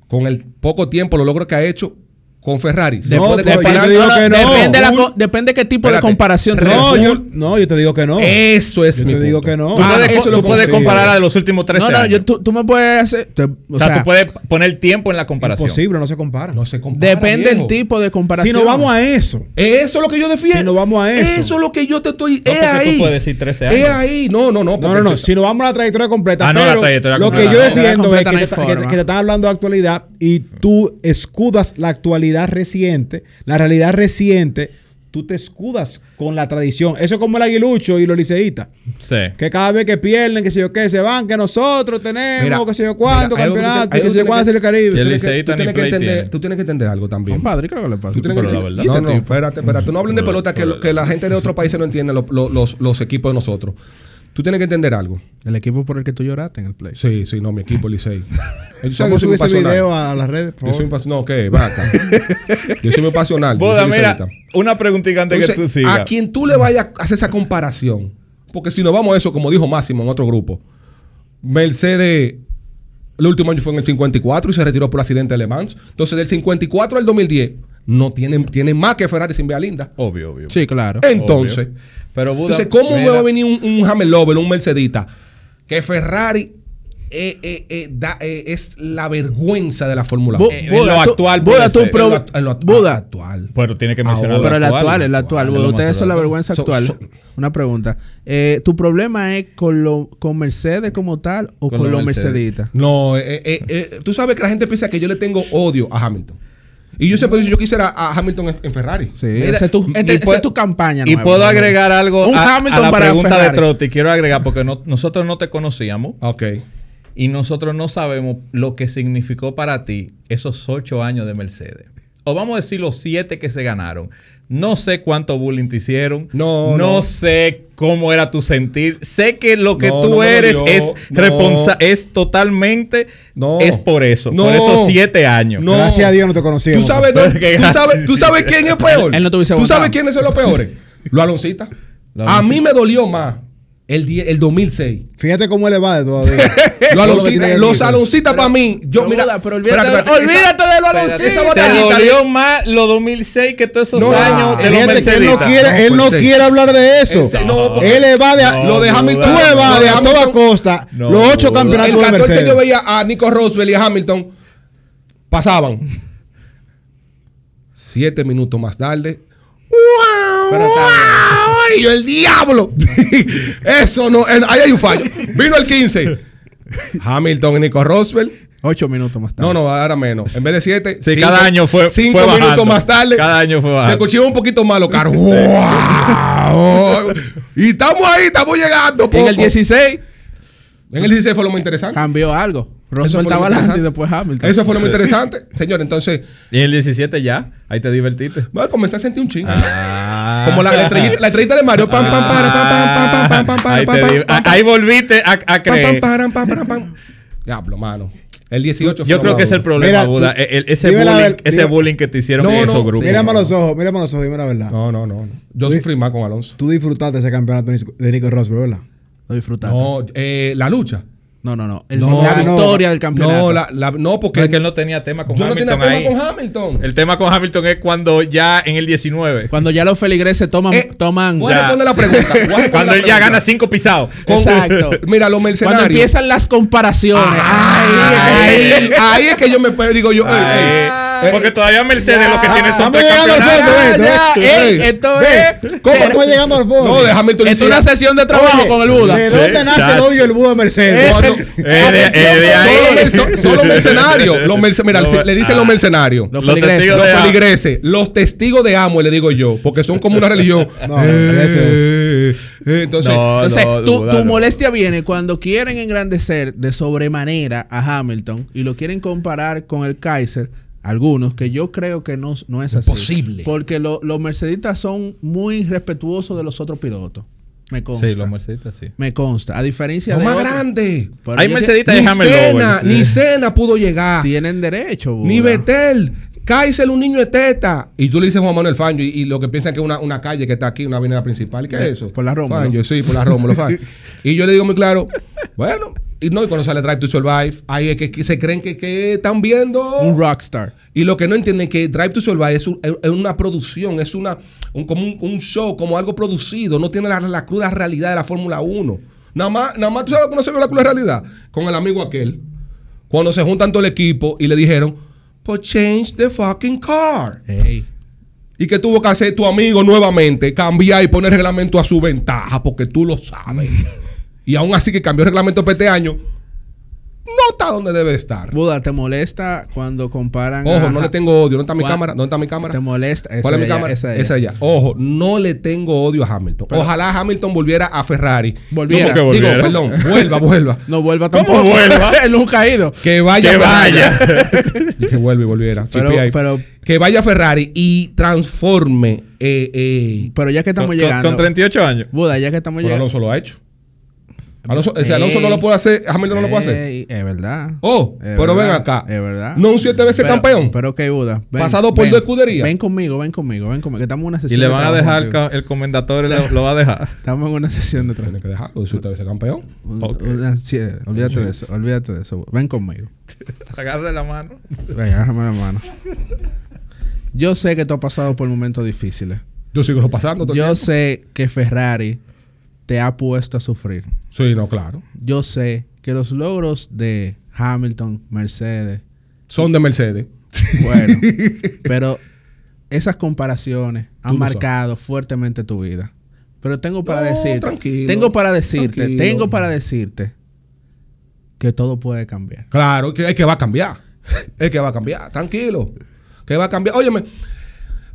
Speaker 6: con el poco tiempo, los logros que ha hecho con Ferrari. Se
Speaker 3: No,
Speaker 6: puede
Speaker 3: pero yo
Speaker 6: comparar.
Speaker 3: te digo que no.
Speaker 5: Depende, la
Speaker 6: Bull-
Speaker 5: co- depende qué tipo
Speaker 6: Espérate.
Speaker 5: de comparación
Speaker 6: Red
Speaker 3: no,
Speaker 6: Bull-
Speaker 3: yo, no, yo te digo que no.
Speaker 6: Eso es
Speaker 3: Yo
Speaker 6: mi
Speaker 3: te digo
Speaker 6: punto.
Speaker 3: que no.
Speaker 4: Tú
Speaker 3: Ah,
Speaker 4: puedes,
Speaker 6: eso
Speaker 4: tú
Speaker 6: lo
Speaker 4: puedes
Speaker 6: confío.
Speaker 4: comparar la de los últimos 13
Speaker 5: No, no,
Speaker 4: años.
Speaker 5: yo- tú, tú me puedes hacer. te- o,
Speaker 4: o, sea,
Speaker 5: sea,
Speaker 4: tú puedes poner tiempo en la comparación.
Speaker 3: Imposible, no se compara.
Speaker 6: No se compara,
Speaker 5: depende del
Speaker 6: viejo.
Speaker 5: tipo de
Speaker 3: si
Speaker 5: comparación.
Speaker 3: no vamos a eso.
Speaker 6: Eso es lo que yo defiendo.
Speaker 3: Si nos vamos a eso.
Speaker 6: Eso es lo que yo te estoy.
Speaker 4: No,
Speaker 6: es
Speaker 4: porque tú
Speaker 6: ahí.
Speaker 4: puedes decir 13
Speaker 6: Es
Speaker 4: años.
Speaker 6: ahí. No, no, no.
Speaker 3: No,
Speaker 6: porque
Speaker 3: no, no.
Speaker 6: se-
Speaker 3: Si no vamos a la trayectoria completa.
Speaker 4: Ah, no, la
Speaker 3: pero
Speaker 4: trayectoria
Speaker 3: Lo que
Speaker 4: completa.
Speaker 3: yo
Speaker 4: La
Speaker 3: defiendo es
Speaker 5: trayectoria
Speaker 3: que, te,
Speaker 5: completa no hay
Speaker 3: que-
Speaker 5: forma.
Speaker 3: que te están hablando de actualidad y tú escudas la actualidad reciente, la realidad reciente, tú te escudas con la tradición. Eso es como el aguilucho y los liceístas.
Speaker 4: Sí.
Speaker 3: Que cada vez que pierden, que sé yo qué, se van, que nosotros tenemos,
Speaker 6: Mira,
Speaker 3: que sé yo cuánto,
Speaker 6: mira, hay algo que
Speaker 3: campeonato,
Speaker 6: te- hay
Speaker 3: que
Speaker 6: algo
Speaker 3: sé yo
Speaker 6: que
Speaker 3: cuánto,
Speaker 6: te-
Speaker 3: en el Caribe.
Speaker 4: Y el
Speaker 6: tú tienes que-
Speaker 4: liceísta
Speaker 6: tú
Speaker 4: ni
Speaker 6: tienes que
Speaker 4: play
Speaker 6: entender-
Speaker 4: tiene.
Speaker 6: Tú tienes que entender algo también.
Speaker 5: Compadre, ¿qué es lo que le pasa?
Speaker 6: Tú tienes que
Speaker 4: Pero la
Speaker 6: entender-
Speaker 4: verdad-
Speaker 6: no,
Speaker 4: Este
Speaker 6: no,
Speaker 4: tipo.
Speaker 6: espérate, espérate. Tú no hablen de
Speaker 4: Pero la-
Speaker 6: pelota que, lo- que la gente de otros países no entiende lo- lo- los, los equipos de nosotros. Tú tienes que entender algo.
Speaker 5: El equipo por el que tú lloraste en el play.
Speaker 6: Sí, sí, no, mi equipo, el Licey. Yo soy- yo
Speaker 3: Vamos a
Speaker 6: soy
Speaker 3: subir ese
Speaker 6: pasional.
Speaker 3: video a las redes. por
Speaker 6: Yo soy
Speaker 3: favor.
Speaker 6: un pas- No, ¿qué? Vaca. Yo soy muy pasional. yo
Speaker 4: Boda,
Speaker 6: soy
Speaker 4: mira,
Speaker 6: liceísta.
Speaker 4: una preguntita antes que tú
Speaker 6: Entonces,
Speaker 4: sigas.
Speaker 6: a quien tú le vayas a hacer esa comparación, porque si nos vamos a eso, como dijo Máximo en otro grupo, Mercedes, el último año fue en el 54 y se retiró por accidente de Le Mans. Entonces, del 54 al 2010, no tienen, tienen más que Ferrari sin Bealinda.
Speaker 4: Obvio, obvio.
Speaker 5: Sí, claro.
Speaker 6: Entonces,
Speaker 4: Obvio. Pero Buda,
Speaker 6: entonces ¿cómo me
Speaker 4: mira,
Speaker 6: va a venir un, un Hammer Lover, un Mercedita? Que Ferrari eh, eh, eh, da- eh, es la vergüenza de la Fórmula
Speaker 5: Bu-
Speaker 6: 1.
Speaker 4: en
Speaker 5: Buda,
Speaker 4: lo
Speaker 5: tú-
Speaker 4: actual
Speaker 5: Buda,
Speaker 4: puede
Speaker 5: tú
Speaker 4: ser.
Speaker 5: pro-
Speaker 6: En lo act- en lo act-
Speaker 5: Buda,
Speaker 6: actual. Ah,
Speaker 4: Pero tiene que mencionar
Speaker 6: Ahora,
Speaker 4: lo
Speaker 5: Pero el actual, el
Speaker 6: ah,
Speaker 5: actual.
Speaker 4: lo
Speaker 5: Buda.
Speaker 4: más
Speaker 5: Ustedes son la
Speaker 4: actual.
Speaker 5: vergüenza
Speaker 6: So-
Speaker 5: actual.
Speaker 6: so-
Speaker 5: Una pregunta. Eh, ¿Tu problema es con, lo, con Mercedes como tal o
Speaker 4: Con
Speaker 5: con,
Speaker 4: los
Speaker 5: los
Speaker 4: Mercedes.
Speaker 5: Merceditas?
Speaker 6: No, eh, eh, eh, tú sabes que la gente piensa que yo le tengo odio a Hamilton. Y yo siempre he dicho, yo quisiera a Hamilton en, en Ferrari.
Speaker 5: Sí,
Speaker 4: Mira,
Speaker 5: esa es tu,
Speaker 4: y
Speaker 5: este- esa
Speaker 4: puedo-
Speaker 5: es tu campaña.
Speaker 4: Y
Speaker 5: nueva,
Speaker 4: puedo
Speaker 5: ¿no?
Speaker 4: agregar algo
Speaker 5: Un
Speaker 4: a,
Speaker 5: Hamilton
Speaker 4: a la
Speaker 5: para
Speaker 4: pregunta
Speaker 5: Ferrari.
Speaker 4: de Trotti. Quiero agregar porque no- nosotros no te conocíamos
Speaker 6: Ok.
Speaker 4: y nosotros no sabemos lo que significó para ti esos ocho años de Mercedes. O vamos a decir los siete que se ganaron. No sé cuánto bullying te hicieron.
Speaker 6: No, no.
Speaker 4: sé cómo era tu sentir. Sé que lo que
Speaker 6: No,
Speaker 4: tú
Speaker 6: no me
Speaker 4: eres
Speaker 6: dolió.
Speaker 4: es
Speaker 6: No.
Speaker 4: responsa es totalmente
Speaker 6: No.
Speaker 4: es por eso,
Speaker 6: No.
Speaker 4: por esos siete años.
Speaker 6: No.
Speaker 3: Gracias a Dios no te conocíamos.
Speaker 6: ¿Tú sabes,
Speaker 4: pero
Speaker 6: dó-
Speaker 4: que
Speaker 6: tú
Speaker 4: gracias,
Speaker 6: sabes, tú
Speaker 4: sí.
Speaker 6: sabes quién es peor?
Speaker 5: Él no te hubiese
Speaker 6: ¿Tú
Speaker 5: aguantado.
Speaker 6: sabes quiénes son los peores? Los Aloncita.
Speaker 4: Los
Speaker 6: A
Speaker 4: Aloncita.
Speaker 6: mí me dolió más el, die- el 2006.
Speaker 3: Fíjate cómo él va de todavía.
Speaker 6: Los
Speaker 3: Todo lo que tiene
Speaker 6: Aloncita,
Speaker 3: que
Speaker 6: los
Speaker 3: decir.
Speaker 6: Aloncita para mí. Yo,
Speaker 5: pero
Speaker 6: mira,
Speaker 5: Buda, pero olvídate
Speaker 6: espérate,
Speaker 5: de-
Speaker 6: espérate, esa-
Speaker 5: olvídate de los
Speaker 6: espérate,
Speaker 5: Aloncita.
Speaker 6: Esa
Speaker 4: Te
Speaker 6: batallita
Speaker 4: dolió más lo 2006 que todos esos
Speaker 6: No,
Speaker 4: años de los
Speaker 3: Fíjate que él no
Speaker 4: Merceditas.
Speaker 3: quiere,
Speaker 6: No,
Speaker 3: él no
Speaker 6: pues, sí.
Speaker 3: quiere hablar de eso.
Speaker 6: Ese- no, porque-
Speaker 3: él evade a,
Speaker 4: No,
Speaker 3: lo de
Speaker 4: duda,
Speaker 3: Hamilton. Tú
Speaker 4: no,
Speaker 3: evades
Speaker 6: duda.
Speaker 3: a toda costa
Speaker 4: No,
Speaker 3: los ocho
Speaker 4: duda.
Speaker 6: El
Speaker 3: campeonatos de
Speaker 6: 14 yo
Speaker 3: Mercedes.
Speaker 6: veía a Nico Roosevelt y a Hamilton. Pasaban. Siete minutos más tarde. ¡Wow! ¡Ay, el diablo! Eso no. en- Ahí hay un fallo. Vino el 15. Hamilton y Nico Roosevelt.
Speaker 5: Ocho minutos más tarde.
Speaker 6: No, no, ahora menos. En vez de siete.
Speaker 4: Sí, cada año fue-
Speaker 6: Cinco
Speaker 4: fue
Speaker 6: minutos
Speaker 4: bajando.
Speaker 6: más tarde.
Speaker 4: Cada año fue bajando.
Speaker 6: Se escuchaba un poquito malo, caro. ¡Wow! y estamos ahí, estamos llegando.
Speaker 5: Y en el
Speaker 6: poco.
Speaker 5: 16
Speaker 6: En el 16 fue lo más interesante.
Speaker 5: cambió algo. Russell
Speaker 6: fue lo
Speaker 5: estaba adelante
Speaker 6: interesante.
Speaker 5: y después Hamilton.
Speaker 6: Eso fue lo muy interesante. Señor, entonces,
Speaker 4: Y el 17 ya, ahí te divertiste.
Speaker 6: voy a comenzar a sentir un chingo.
Speaker 4: Ah.
Speaker 6: Como la, la estrellita, la estrellita de Mario. Pam, pam, para, pam, pam, pam, pam, pam,
Speaker 4: Ahí
Speaker 6: pam,
Speaker 4: te di- a-
Speaker 6: pam, pam, pam,
Speaker 4: Ahí volviste a, a
Speaker 6: pam, pam,
Speaker 4: creer.
Speaker 6: pam, pam, pam, pam. Diablo, mano. El 18 fue
Speaker 4: Yo
Speaker 6: lo
Speaker 4: creo
Speaker 6: más
Speaker 4: que es el
Speaker 6: duro.
Speaker 4: problema,
Speaker 3: Mira, tú-
Speaker 4: Buda. El- el- ese
Speaker 3: dime la
Speaker 4: bullying,
Speaker 3: ver-
Speaker 4: ese
Speaker 3: dime-
Speaker 4: bullying que te hicieron
Speaker 6: No,
Speaker 4: en
Speaker 6: no,
Speaker 4: esos grupos.
Speaker 3: Mírame a los ojos, mírame a los ojos, dime la verdad.
Speaker 6: No, no, no. Yo sufrí más con Alonso.
Speaker 3: Tú disfrutaste ese campeonato de Nico Rosberg, ¿verdad?
Speaker 5: Lo disfrutaste. No,
Speaker 6: No, eh, la lucha.
Speaker 5: no, no. El-
Speaker 6: No,
Speaker 5: la
Speaker 6: no.
Speaker 5: victoria del campeonato.
Speaker 6: No, la, la- no porque
Speaker 4: Porque él no tenía tema con
Speaker 6: yo no
Speaker 4: Hamilton
Speaker 6: tenía tema
Speaker 4: ahí.
Speaker 6: con Hamilton.
Speaker 4: El tema con Hamilton es cuando ya en el 19.
Speaker 5: Cuando ya los feligreses toman.
Speaker 6: Eh,
Speaker 5: toman
Speaker 6: Voy
Speaker 4: Ya.
Speaker 6: a responder la pregunta. voy a responder
Speaker 4: Cuando
Speaker 6: la
Speaker 4: él ya
Speaker 6: pregunta.
Speaker 4: gana cinco pisados.
Speaker 6: Con-
Speaker 5: Exacto.
Speaker 6: Mira, los mercenarios.
Speaker 5: Cuando empiezan las comparaciones. eh.
Speaker 6: Ahí, ahí, ahí es que yo me pe- digo yo, ey, ey,
Speaker 5: ya.
Speaker 4: Porque todavía Mercedes lo que tiene
Speaker 3: Estamos
Speaker 4: son tres
Speaker 3: llegando al
Speaker 4: campeonatos.
Speaker 3: fondo,
Speaker 5: Ya,
Speaker 3: esto,
Speaker 5: ya,
Speaker 3: esto,
Speaker 5: ey,
Speaker 3: ey.
Speaker 5: esto
Speaker 3: Ve,
Speaker 5: es-
Speaker 3: ¿Cómo estamos llegando al fondo?
Speaker 6: No, déjame el
Speaker 5: Es una sesión de trabajo con el Buda.
Speaker 3: ¿De dónde
Speaker 4: Sí,
Speaker 3: nace el
Speaker 4: chacho.
Speaker 3: odio del Buda Mercedes?
Speaker 5: Ese-
Speaker 3: Cuando-
Speaker 4: Eh, de- eh, de ahí.
Speaker 6: Solo, merce- solo mercenarios. Los merce- mira,
Speaker 4: No,
Speaker 6: le dicen
Speaker 4: ah.
Speaker 6: los mercenarios.
Speaker 5: Los
Speaker 4: Los,
Speaker 5: feligreses.
Speaker 4: testigos
Speaker 6: Los
Speaker 4: de Jehová.
Speaker 6: feligreses, los testigos de amo, le digo yo, porque son como una religión.
Speaker 3: No,
Speaker 6: Eh,
Speaker 3: ese
Speaker 6: eh, entonces,
Speaker 4: No,
Speaker 5: Entonces,
Speaker 4: no,
Speaker 5: tu,
Speaker 4: Buda,
Speaker 5: tu
Speaker 4: no.
Speaker 5: molestia viene cuando quieren engrandecer de sobremanera a Hamilton y lo quieren comparar con el Kaiser. Algunos que yo creo que no, no es así.
Speaker 6: Imposible.
Speaker 5: Porque lo- los mercedistas son muy respetuosos de los otros pilotos. Me consta.
Speaker 4: Sí, los Mercedes, sí.
Speaker 5: Me consta. A diferencia
Speaker 6: lo
Speaker 5: de.
Speaker 6: más
Speaker 5: otros.
Speaker 6: grande.
Speaker 5: Pero
Speaker 4: Hay
Speaker 5: ellos
Speaker 4: Mercedes- Ahorita
Speaker 6: Ni
Speaker 4: déjame el
Speaker 6: cena,
Speaker 4: Lowell, sí.
Speaker 6: ni cena pudo llegar.
Speaker 5: Tienen derecho, Buda.
Speaker 6: Ni Betel. Kaiser, un niño de teta. Y tú le dices Juan Manuel Fangio. Y, y lo que piensan que es una, una calle que está aquí, una avenida principal. ¿Qué es eso?
Speaker 5: Por la Rómulo.
Speaker 6: Fangio, sí, por la Rómulo. Fangio. y yo le digo muy claro, bueno, y no, y cuando sale Drive to Survive, ahí es que, que se creen que, que están viendo.
Speaker 5: Un rockstar.
Speaker 6: Y lo que no entienden es que Drive to Survive es, un- es una producción, es una, un, como un, un show, como algo producido. No tiene la, la cruda realidad de la Fórmula 1. Nada más, nada más, ¿tú sabes cómo se vio la cruda realidad? Con el amigo aquel. Cuando se juntan todo el equipo y le dijeron, pues change the fucking car.
Speaker 5: Ey.
Speaker 6: Y que tuvo que hacer tu amigo nuevamente, cambiar y poner reglamento a su ventaja, porque tú lo sabes. y aún así que cambió el reglamento para este año, no está donde debe estar.
Speaker 5: Buda, ¿te molesta cuando comparan.
Speaker 6: Ojo,
Speaker 5: a-
Speaker 6: no le tengo odio. ¿Dónde está mi
Speaker 5: ¿Cuál-
Speaker 6: cámara? ¿Dónde está mi cámara?
Speaker 5: ¿Te molesta? Esa
Speaker 6: ¿Cuál es
Speaker 5: de
Speaker 6: mi
Speaker 5: allá,
Speaker 6: cámara?
Speaker 5: esa
Speaker 6: Esa
Speaker 5: de
Speaker 6: allá.
Speaker 5: allá.
Speaker 6: Ojo, no le tengo odio a Hamilton. Ojalá Hamilton volviera a Ferrari.
Speaker 5: Volviera.
Speaker 6: No,
Speaker 4: ¿Cómo que
Speaker 6: Digo,
Speaker 4: volviera?
Speaker 6: perdón, vuelva, vuelva.
Speaker 5: No vuelva
Speaker 4: ¿Cómo
Speaker 5: tampoco.
Speaker 4: vuelva?
Speaker 5: Él nunca ha ido.
Speaker 6: Que vaya.
Speaker 4: Que
Speaker 6: Ferrari.
Speaker 4: vaya.
Speaker 6: Y que vuelva y volviera.
Speaker 5: Pero-
Speaker 6: GPI.
Speaker 5: pero-
Speaker 6: que vaya Ferrari y transforme. Eh, eh,
Speaker 5: Pero ya que estamos
Speaker 4: Con, con-
Speaker 5: llegando.
Speaker 4: con 38 años.
Speaker 5: Buda, ya que estamos
Speaker 6: pero
Speaker 5: llegando.
Speaker 6: Alonso lo ha hecho. Alonso, o sea,
Speaker 5: Ey.
Speaker 6: Alonso no lo puede hacer. Hamilton no lo puede hacer.
Speaker 5: Ey, Es verdad.
Speaker 6: Oh,
Speaker 5: Es
Speaker 6: pero
Speaker 5: verdad,
Speaker 6: ven acá.
Speaker 5: Es verdad.
Speaker 6: No un siete veces
Speaker 5: Pero-
Speaker 6: campeón.
Speaker 5: Pero que Buda. ven,
Speaker 6: Pasado por
Speaker 5: ven.
Speaker 6: dos escuderías.
Speaker 5: Ven conmigo, ven conmigo, ven conmigo. Que estamos en una
Speaker 4: Y
Speaker 5: sesión.
Speaker 4: le
Speaker 5: de
Speaker 4: van a
Speaker 5: trabajo
Speaker 4: dejar el,
Speaker 5: contigo.
Speaker 4: ca- el comendador, lo, lo va a dejar.
Speaker 5: Estamos en una sesión de trabajo.
Speaker 6: Tiene que dejarlo. Es siete veces campeón.
Speaker 5: Un-
Speaker 4: Ok.
Speaker 5: una- sí, olvídate de eso, olvídate de eso. Buda. Ven conmigo.
Speaker 4: Agarre la mano.
Speaker 5: Ven, agárrame la mano. Yo sé que tú has pasado por momentos difíciles.
Speaker 6: Yo sigo lo pasando. todo el
Speaker 5: Yo
Speaker 6: tiempo.
Speaker 5: sé que Ferrari te ha puesto a sufrir.
Speaker 6: Sí, no, claro.
Speaker 5: Yo sé que los logros de Hamilton, Mercedes,
Speaker 6: Son de Mercedes.
Speaker 5: Bueno, pero esas comparaciones han
Speaker 6: lo
Speaker 5: marcado fuertemente tu vida. Pero tengo para
Speaker 6: No,
Speaker 5: decirte,
Speaker 6: tranquilo,
Speaker 5: tengo para decirte,
Speaker 6: tranquilo.
Speaker 5: tengo para decirte que todo puede cambiar.
Speaker 6: Claro, que es que va a cambiar. Es que va a cambiar, tranquilo. Que va a cambiar. Óyeme,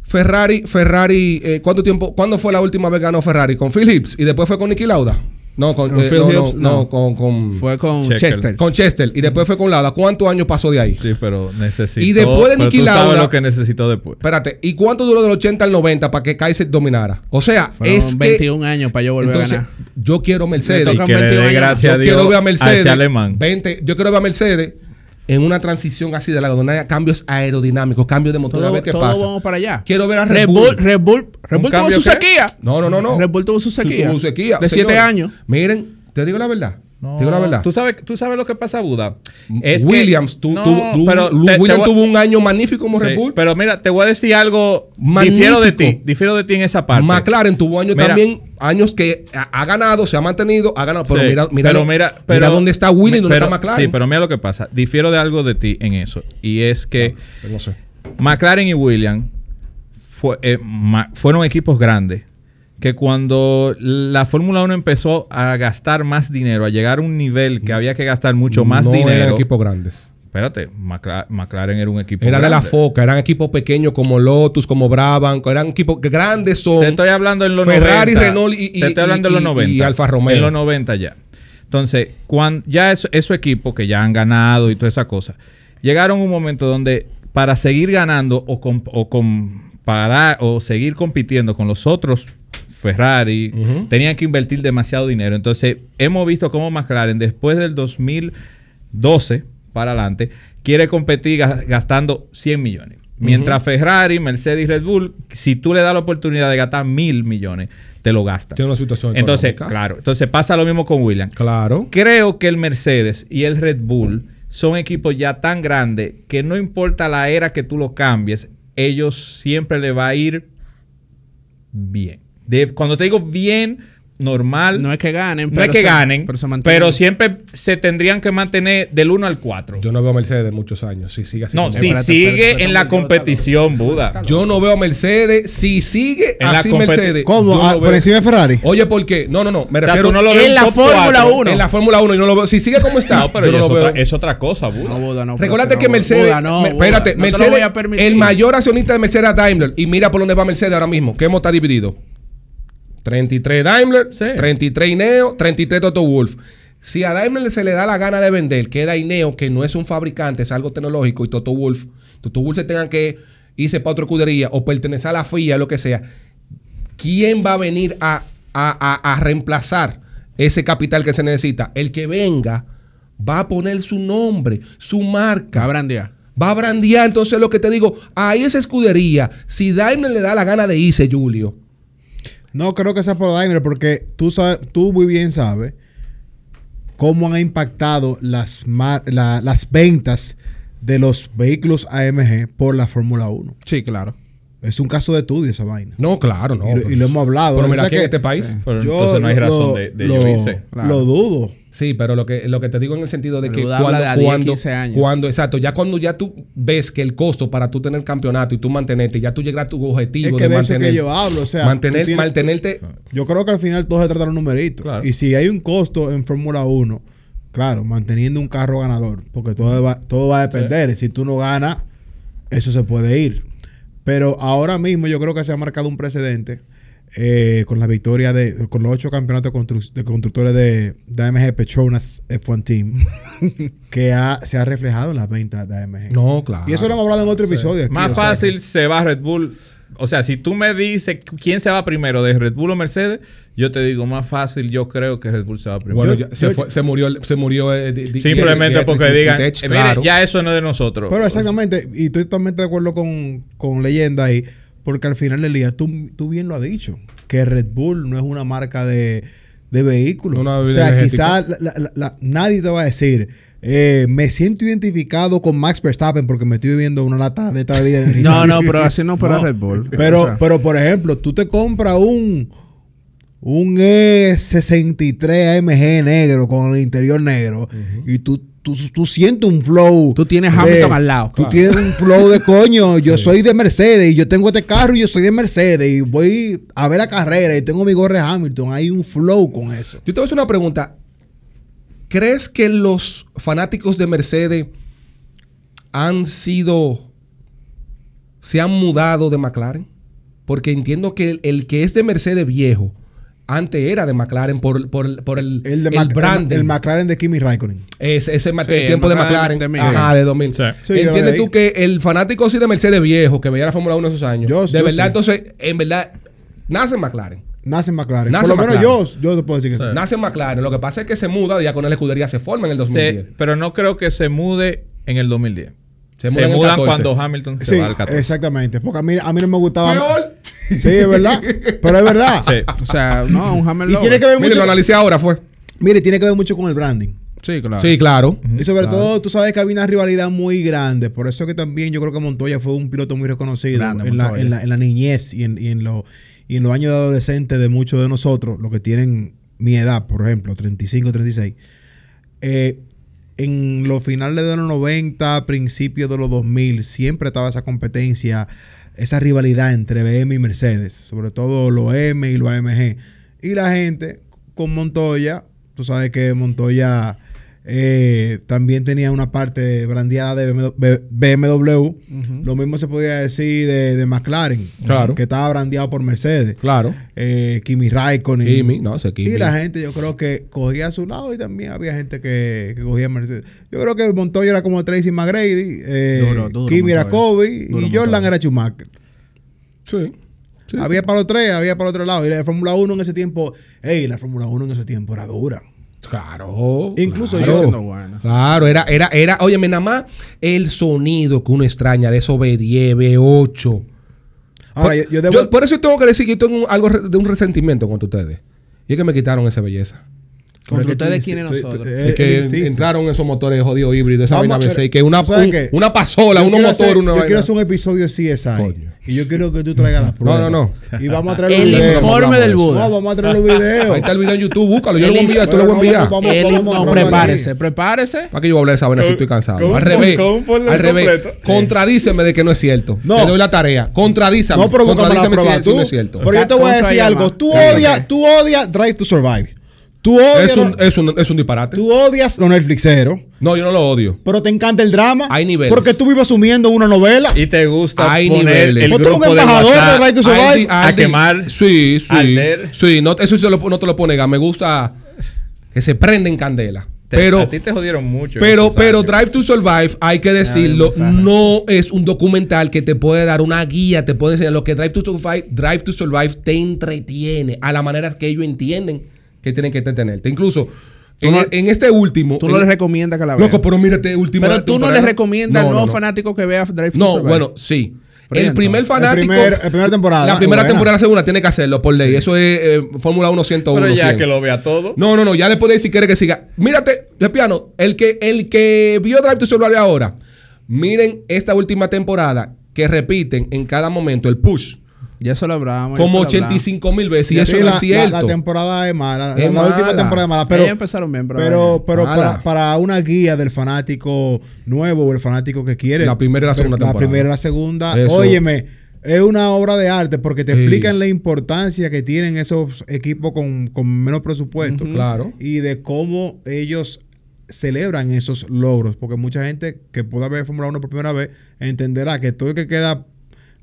Speaker 6: Ferrari, Ferrari, eh, ¿cuánto tiempo, cuándo fue la última vez que ganó Ferrari? ¿Con Phillips? ¿Y después fue con Niki Lauda? No, con,
Speaker 5: Con
Speaker 6: eh,
Speaker 5: Phil
Speaker 6: no,
Speaker 5: Hibbs,
Speaker 6: no, no,
Speaker 5: no.
Speaker 6: con, con,
Speaker 5: Fue con
Speaker 4: Checker.
Speaker 5: Chester.
Speaker 6: con Chester. Y después fue con Lauda. ¿Cuántos años pasó de ahí?
Speaker 4: Sí, pero necesitó.
Speaker 6: Y después de
Speaker 4: pero
Speaker 6: Niki
Speaker 4: tú sabes
Speaker 6: Lauda-
Speaker 4: lo que necesitó después.
Speaker 6: Espérate, ¿y cuánto duró del 80 al 90 para que Kaiser dominara? O sea,
Speaker 5: Fueron
Speaker 6: es
Speaker 5: 21 años para yo
Speaker 6: que...
Speaker 5: volver
Speaker 6: Entonces,
Speaker 5: a ganar.
Speaker 6: yo quiero Mercedes.
Speaker 4: Y
Speaker 5: toca-
Speaker 4: que le
Speaker 5: 21
Speaker 4: dé
Speaker 5: años.
Speaker 4: gracias a
Speaker 6: yo quiero
Speaker 4: Dios
Speaker 6: ver a Mercedes.
Speaker 4: ese alemán.
Speaker 6: 20. yo quiero ver a Mercedes en una transición así de la donde haya cambios aerodinámicos, cambios de motor, a
Speaker 5: Todo,
Speaker 6: ver qué
Speaker 5: todo
Speaker 6: pasa.
Speaker 5: vamos para allá.
Speaker 6: Quiero ver a
Speaker 5: Red Bull, Red Bull, Red
Speaker 4: ¿Un
Speaker 5: Bull tuvo
Speaker 4: cambio
Speaker 5: su
Speaker 4: qué?
Speaker 5: sequía.
Speaker 6: No, no, no, no.
Speaker 5: Red Bull tuvo su sequía.
Speaker 6: Tuvo sequía,
Speaker 5: De 7
Speaker 6: señores.
Speaker 5: años.
Speaker 6: Miren, te digo la verdad.
Speaker 4: No,
Speaker 6: te digo la verdad.
Speaker 4: ¿Tú sabes, tú sabes lo que pasa, Buda.
Speaker 6: Williams, tú,
Speaker 4: tuvo
Speaker 6: tuvo- tuvo- Lu- Williams tuvo un año magnífico como Red Bull.
Speaker 4: Pero mira, te voy a decir algo.
Speaker 6: Magnífico.
Speaker 4: Difiero de ti. Difiero de ti en esa parte.
Speaker 6: McLaren tuvo años
Speaker 4: Mira.
Speaker 6: también, años que ha, ha ganado, se ha mantenido, ha ganado. Pero
Speaker 4: Sí,
Speaker 6: mira, mira,
Speaker 4: pero
Speaker 6: lo-
Speaker 4: mira,
Speaker 6: mira
Speaker 4: pero-
Speaker 6: dónde está Williams, dónde
Speaker 4: pero-
Speaker 6: está McLaren.
Speaker 4: Sí, pero mira lo que pasa. Difiero de algo de ti en eso. Y es que
Speaker 6: No sé.
Speaker 4: McLaren y Williams fue- eh, ma- fueron equipos grandes que cuando la Fórmula 1 empezó a gastar más dinero, a llegar a un nivel que había que gastar mucho más
Speaker 6: no
Speaker 4: dinero.
Speaker 6: eran equipos grandes.
Speaker 4: Espérate, Macla- McLaren era un equipo
Speaker 6: Era de la
Speaker 4: grande.
Speaker 6: Foca, eran equipos pequeños como Lotus, como Brabham, eran equipos que grandes son.
Speaker 4: Te estoy hablando en los
Speaker 6: Ferrari,
Speaker 4: 90.
Speaker 6: Renault y- y-
Speaker 4: Te estoy hablando en los
Speaker 6: y- y
Speaker 4: 90.
Speaker 6: Alfa Romeo.
Speaker 4: En los 90 ya. Entonces, cuando ya es- esos equipos que ya han ganado y toda esa cosa, llegaron a un momento donde para seguir ganando o, com- o comparar o seguir compitiendo con los otros Ferrari, tenían que invertir demasiado dinero. Entonces, hemos visto cómo McLaren después del 2012 para adelante quiere competir gas- gastando 100 millones. Mientras Ferrari, Mercedes y Red Bull, si tú le das la oportunidad de gastar mil millones, te lo gastan.
Speaker 6: Tiene una situación
Speaker 4: Entonces,
Speaker 6: económica.
Speaker 4: claro. Entonces pasa lo mismo con William.
Speaker 6: Claro.
Speaker 4: Creo que el Mercedes y el Red Bull son equipos ya tan grandes que no importa la era que tú lo cambies, ellos siempre le va a ir bien. De- cuando te digo bien, normal.
Speaker 5: No es que ganen,
Speaker 4: No es que
Speaker 5: se-
Speaker 4: ganen,
Speaker 5: pero
Speaker 4: pero,
Speaker 5: se mantienen.
Speaker 4: siempre se tendrían que mantener del 1 al 4.
Speaker 6: Yo no veo a Mercedes de muchos años. Si sigue así.
Speaker 4: no,
Speaker 6: como
Speaker 4: si
Speaker 6: va.
Speaker 5: espérate,
Speaker 4: sigue
Speaker 5: espérate,
Speaker 4: en la
Speaker 5: espérate,
Speaker 4: competición, Buda.
Speaker 6: Yo no veo a Mercedes. Si sigue
Speaker 4: En la
Speaker 6: así
Speaker 4: competi-
Speaker 6: Mercedes.
Speaker 3: ¿Cómo?
Speaker 6: yo
Speaker 3: Ah,
Speaker 6: no
Speaker 3: ¿Por
Speaker 6: veo-
Speaker 3: encima de Ferrari?
Speaker 6: Oye, ¿por qué? No, no, no. Me
Speaker 4: O sea,
Speaker 6: refiero
Speaker 4: tú no lo ves
Speaker 5: en la
Speaker 4: top
Speaker 5: Fórmula
Speaker 4: cuatro.
Speaker 5: uno.
Speaker 6: en la Fórmula 1 y no lo veo. Si sigue como está,
Speaker 4: No, pero
Speaker 6: yo no
Speaker 4: ya
Speaker 6: lo
Speaker 4: es,
Speaker 6: veo.
Speaker 4: otra, es otra cosa, Buda.
Speaker 5: No, Buda, no.
Speaker 6: Recuérdate
Speaker 5: Buda,
Speaker 6: que
Speaker 5: no.
Speaker 6: Mercedes,
Speaker 5: Buda, no,
Speaker 6: me-
Speaker 5: Buda.
Speaker 6: espérate,
Speaker 5: No te lo
Speaker 6: Mercedes,
Speaker 5: voy a permitir.
Speaker 6: el mayor accionista de Mercedes es Daimler. Y mira por dónde va Mercedes ahora mismo. ¿Qué hemos está dividido? 33 Daimler,
Speaker 4: Sí.
Speaker 6: 33 Ineo, 33 Toto Wolf. Si a Daimler se le da la gana de vender, queda Ineo, que no es un fabricante, es algo tecnológico, y Toto Wolf, Toto Wolf se tengan que irse para otra escudería o pertenecer a la FIA, lo que sea. ¿Quién va a venir a, a- a- a reemplazar ese capital que se necesita? El que venga va a poner su nombre, su marca.
Speaker 5: Cabrón, día.
Speaker 6: Va a brandear, entonces lo que te digo, ahí esa escudería, si Daimler le da la gana de irse, Julio,
Speaker 3: No creo que sea por Daimler, porque tú, sabes, tú muy bien sabes cómo han impactado las, mar- la- las ventas de los vehículos AMG por la Fórmula 1.
Speaker 5: Sí, claro.
Speaker 3: Es un caso de estudio esa vaina.
Speaker 6: No, claro, no. pues.
Speaker 3: Y lo- y lo hemos hablado.
Speaker 6: Pero
Speaker 3: O
Speaker 6: mira,
Speaker 3: sea
Speaker 6: aquí en
Speaker 3: que-
Speaker 6: este país.
Speaker 4: Pero
Speaker 3: Yo
Speaker 4: entonces no hay
Speaker 3: lo-
Speaker 4: razón
Speaker 3: lo-
Speaker 4: de, de
Speaker 3: lo,
Speaker 4: yo irse.
Speaker 5: Claro.
Speaker 3: lo dudo.
Speaker 6: Sí, pero lo que, lo que te digo en el sentido de
Speaker 5: Pero
Speaker 6: que
Speaker 5: Buda
Speaker 6: cuando,
Speaker 5: habla de a 10,
Speaker 6: cuando,
Speaker 5: 15 años.
Speaker 6: cuando, exacto, ya cuando ya tú ves que el costo para tú tener campeonato y tú mantenerte, ya tú llegas a tu
Speaker 3: Es
Speaker 6: objetivo
Speaker 3: que de
Speaker 6: de
Speaker 3: eso es
Speaker 6: mantener,
Speaker 3: que yo hablo. O sea,
Speaker 6: mantener,
Speaker 3: tú tienes-
Speaker 6: mantenerte,
Speaker 3: Yo creo que al final todo se trata de un numerito.
Speaker 4: Claro.
Speaker 3: Y si hay un costo en Fórmula 1, claro, manteniendo un carro ganador, porque todo va, todo va a depender. Si tú no ganas, eso se puede ir. Pero ahora mismo yo creo que se ha marcado un precedente eh, con la victoria de, con los ocho campeonatos de, construc- de constructores de, de AMG Petronas F1 Team, que ha- se ha reflejado en las ventas de AMG.
Speaker 6: no, claro.
Speaker 3: Y eso lo hemos hablado en otro episodio. aquí,
Speaker 4: Más
Speaker 3: o sea,
Speaker 4: fácil se va Red Bull. O sea, si tú me dices quién se va primero, de Red Bull o Mercedes, yo te digo más fácil, yo creo que Red Bull se va primero.
Speaker 6: Bueno,
Speaker 3: Yo-
Speaker 6: ya se,
Speaker 3: yo-
Speaker 6: fue- se murió, el- se murió. eh, di- di-
Speaker 4: Simplemente
Speaker 6: di-
Speaker 4: porque
Speaker 6: di-
Speaker 4: digan,
Speaker 6: Tech,
Speaker 4: "Eh, mire,
Speaker 6: claro.
Speaker 4: ya eso no es de nosotros.
Speaker 3: Pero exactamente, y estoy totalmente de acuerdo con, con Leyenda ahí, porque al final del día, tú, tú bien lo has dicho, que Red Bull no es una marca de, de vehículos.
Speaker 6: Una
Speaker 3: o sea,
Speaker 6: bebida energética.
Speaker 3: quizás la- la- la- nadie te va a decir, eh, me siento identificado con Max Verstappen porque me estoy bebiendo una lata de esta bebida
Speaker 5: No,
Speaker 3: energizante".
Speaker 5: no, pero así no para Red Bull.
Speaker 3: Pero,
Speaker 5: O sea,
Speaker 3: pero por ejemplo, tú te compras un un E E63 AMG negro con el interior negro y tú, tú, tú sientes un flow.
Speaker 5: Tú tienes
Speaker 3: de-
Speaker 5: Hamilton al lado.
Speaker 3: Tú tienes un flow de coño. Yo soy de Mercedes y yo tengo este carro y yo soy de Mercedes y voy a ver la carrera y tengo mi gorra de Hamilton. Hay un flow con eso.
Speaker 6: Yo te voy a hacer una pregunta. ¿Crees que los fanáticos de Mercedes han sido, se han mudado de McLaren? Porque entiendo que el, el que es de Mercedes viejo, antes era de McLaren por, por- por el,
Speaker 3: El, de
Speaker 6: el
Speaker 3: Mac-
Speaker 6: branding.
Speaker 3: el McLaren de Kimi Raikkonen.
Speaker 6: Es- ese es ma-
Speaker 5: Sí,
Speaker 6: el tiempo
Speaker 5: el
Speaker 6: de
Speaker 5: McLaren
Speaker 6: McLaren.
Speaker 5: de mil.
Speaker 6: Ajá, de 2000.
Speaker 4: Sí.
Speaker 3: Sí, yo
Speaker 6: ¿Entiendes
Speaker 3: leí.
Speaker 6: tú que el fanático sí de Mercedes viejo, que veía la Fórmula 1 en esos años,
Speaker 3: Yo-
Speaker 6: de
Speaker 3: yo
Speaker 6: verdad,
Speaker 3: sí.
Speaker 6: entonces, en verdad, nace en McLaren?
Speaker 3: Nace en McLaren.
Speaker 6: Nace
Speaker 3: Por lo
Speaker 6: en
Speaker 3: menos yo,
Speaker 6: McLaren.
Speaker 3: yo te puedo decir que sí.
Speaker 6: Nace en McLaren. Lo que pasa es que se muda, ya con la escudería se forma en el
Speaker 4: Se-
Speaker 6: 2010.
Speaker 4: pero no creo que se mude en el 2010. Se,
Speaker 6: Se muda en el
Speaker 4: mudan
Speaker 6: 14.
Speaker 4: cuando Hamilton se
Speaker 3: Sí,
Speaker 4: va al 14.
Speaker 3: exactamente. Porque a mí, a mí no me gustaba.
Speaker 6: Peor.
Speaker 3: Sí, es verdad. Pero es verdad.
Speaker 4: Sí.
Speaker 5: O sea, no, un Hammer
Speaker 3: Y tiene que ver
Speaker 6: Mire,
Speaker 3: mucho.
Speaker 6: lo analicé ahora, fue.
Speaker 3: Mire, tiene que ver mucho con el branding.
Speaker 5: Sí,
Speaker 3: Ah.
Speaker 5: claro.
Speaker 6: claro.
Speaker 3: Y sobre todo, tú sabes que había una rivalidad muy grande. Por eso que también yo creo que Montoya fue un piloto muy reconocido
Speaker 5: Grande,
Speaker 3: en, la,
Speaker 5: Montoya.
Speaker 3: en la- en la niñez y en, y en lo- y en los años de adolescente de muchos de nosotros, los que tienen mi edad, por ejemplo, 35, 36. Eh, en los finales de los 90, principios de los 2000, siempre estaba esa competencia, esa rivalidad entre BM y Mercedes, sobre todo los M y los AMG. Y la gente con Montoya, tú sabes que Montoya eh, también tenía una parte brandeada de BMW, lo mismo se podía decir de, de McLaren,
Speaker 6: Claro.
Speaker 3: que estaba brandeado por Mercedes.
Speaker 6: Claro.
Speaker 3: Eh, Kimi Raikkonen.
Speaker 6: Kimi, no, sé Kimi.
Speaker 3: Y la gente, yo creo que cogía a su lado y también había gente que, que cogía a Mercedes. Yo creo que Montoya era como Tracy McGrady, eh,
Speaker 5: Duro, duro
Speaker 3: Kimi era
Speaker 5: Montoya.
Speaker 3: Kobe y
Speaker 5: Duro
Speaker 3: Jordan
Speaker 5: Montoya.
Speaker 3: era Schumacher.
Speaker 6: Sí. sí.
Speaker 3: Había para los tres, había para otro lado. Y la Fórmula 1 en ese tiempo, ey, la Fórmula 1 en ese tiempo era dura.
Speaker 6: Claro.
Speaker 3: Incluso
Speaker 5: Sigue
Speaker 6: claro.
Speaker 5: siendo buena.
Speaker 6: Claro, era, era, era, óyeme, nada más el sonido que uno extraña de esos B10, B8.
Speaker 3: Ahora,
Speaker 6: por,
Speaker 3: yo, yo debo.
Speaker 6: yo- por eso tengo que decir que yo tengo un- algo re- de un resentimiento contra ustedes. Y es que me quitaron esa belleza.
Speaker 5: Contra
Speaker 3: Pero es
Speaker 5: ustedes,
Speaker 3: que tú
Speaker 5: ¿quiénes
Speaker 3: dices- tú-
Speaker 5: nosotros?
Speaker 3: tú-
Speaker 6: Es
Speaker 3: él-
Speaker 6: que
Speaker 3: él insiste.
Speaker 6: entraron esos motores jodidos híbridos, esa
Speaker 3: Eh, Vamos
Speaker 6: vaina
Speaker 3: a hacer-
Speaker 6: V6, que una,
Speaker 3: ¿sabes
Speaker 6: un-
Speaker 3: qué?
Speaker 6: una pasola,
Speaker 3: Yo
Speaker 6: uno
Speaker 3: quiero
Speaker 6: motor,
Speaker 3: hacer-
Speaker 6: una
Speaker 3: Yo
Speaker 6: vaina.
Speaker 3: quiero hacer un episodio CSI.
Speaker 6: Coño.
Speaker 3: Y yo quiero que tú traigas las pruebas.
Speaker 6: No, no,
Speaker 3: Y vamos a traer
Speaker 5: El
Speaker 3: los videos.
Speaker 5: informe del
Speaker 3: No,
Speaker 5: Buda.
Speaker 3: vamos a traer los videos.
Speaker 6: Ahí está el video en YouTube, búscalo. Yo lo voy a
Speaker 5: Elif-
Speaker 6: enviar, tú lo voy a
Speaker 3: Bueno,
Speaker 6: enviar.
Speaker 3: vamos,
Speaker 5: Él-
Speaker 3: vamos,
Speaker 5: no,
Speaker 3: vamos,
Speaker 5: prepárese, prepárese.
Speaker 6: ¿Para que yo voy a hablar de esa vaina si estoy cansado?
Speaker 7: con un-
Speaker 6: Al revés.
Speaker 7: con un folder
Speaker 6: Al revés.
Speaker 7: completo.
Speaker 6: Contradíceme de que no es cierto.
Speaker 3: No.
Speaker 6: Te doy la tarea. Contradícame.
Speaker 3: No, pero búscame la
Speaker 6: Contradíceme si,
Speaker 3: prueba
Speaker 6: si
Speaker 3: tú.
Speaker 6: no es cierto.
Speaker 3: Pero yo te voy a decir
Speaker 5: Catorce
Speaker 3: algo.
Speaker 5: llamadas.
Speaker 3: Tú
Speaker 6: Venga,
Speaker 3: odias,
Speaker 6: ok.
Speaker 3: tú odias Drive to Survive. Tú odias,
Speaker 6: es, un, es, un, es un disparate.
Speaker 3: tú odias los Netflixeros.
Speaker 6: No, yo no lo odio.
Speaker 3: Pero te encanta el drama.
Speaker 6: Hay niveles.
Speaker 3: Porque tú vives asumiendo una novela.
Speaker 4: Y te gusta
Speaker 6: Hay
Speaker 4: poner
Speaker 6: niveles.
Speaker 4: el
Speaker 3: Vos tú eres un
Speaker 4: grupo de
Speaker 3: embajador de
Speaker 4: WhatsApp.
Speaker 3: Right to Survive.
Speaker 4: Aldi- a
Speaker 6: Aldi-
Speaker 4: quemar.
Speaker 6: Sí, sí.
Speaker 4: Alder.
Speaker 6: Sí, no, eso se lo- no te lo pone Me gusta que se prende en candela.
Speaker 4: Te-
Speaker 6: pero
Speaker 4: a ti te jodieron mucho.
Speaker 6: Pero,
Speaker 4: esos
Speaker 6: pero
Speaker 4: años.
Speaker 6: Drive to Survive, hay que decirlo, no es un documental que te puede dar una guía, te puede enseñar lo que Drive to Survive, Drive to Survive te entretiene a la manera que ellos entienden que tienen que entretenerte. Incluso en,
Speaker 5: no-
Speaker 6: en este último,
Speaker 5: Tú no
Speaker 6: en-
Speaker 5: les recomiendas que la vean.
Speaker 6: loco, pero mira este último.
Speaker 5: Pero tú no les recomiendas
Speaker 6: no,
Speaker 5: al nuevo
Speaker 6: no.
Speaker 5: fanático que vea Drive to
Speaker 6: No,
Speaker 5: Survive.
Speaker 6: bueno, sí.
Speaker 5: Pero
Speaker 6: el
Speaker 5: entonces,
Speaker 6: primer
Speaker 5: el
Speaker 6: fanático.
Speaker 3: primer- la primera temporada,
Speaker 6: La primera
Speaker 3: buena.
Speaker 6: temporada, la segunda, tiene que hacerlo por ley. Eso es eh, Fórmula 1 101.
Speaker 4: Pero ya
Speaker 6: 100.
Speaker 4: que lo vea todo.
Speaker 6: No, no, no, ya después de ahí si quiere que siga. Mírate, Repiano, el que, el que vio Drive to Survive ahora, miren esta última temporada que repiten en cada momento el push
Speaker 5: Ya eso lo hablábamos. ya
Speaker 6: como
Speaker 5: eso lo hablamos.
Speaker 6: 85 mil veces y
Speaker 3: Sí,
Speaker 6: eso
Speaker 3: la,
Speaker 6: no es
Speaker 3: la-
Speaker 6: cierto.
Speaker 3: la temporada es mala. La,
Speaker 6: Es
Speaker 3: la última
Speaker 6: mala.
Speaker 3: temporada es mala. Pero,
Speaker 5: Ellos empezaron bien, pero.
Speaker 3: pero, pero
Speaker 6: Mala.
Speaker 3: para, para una guía del fanático nuevo o el fanático que quiere.
Speaker 6: La primera y la segunda
Speaker 3: pero
Speaker 6: temporada.
Speaker 3: La primera y la segunda.
Speaker 6: Eso.
Speaker 3: Óyeme, es una obra de arte porque te
Speaker 6: Sí.
Speaker 3: explican la importancia que tienen esos equipos con, con menos presupuesto.
Speaker 6: Claro.
Speaker 3: Y de cómo ellos celebran esos logros. Porque mucha gente que pueda ver Fórmula 1 por primera vez entenderá que todo el que queda.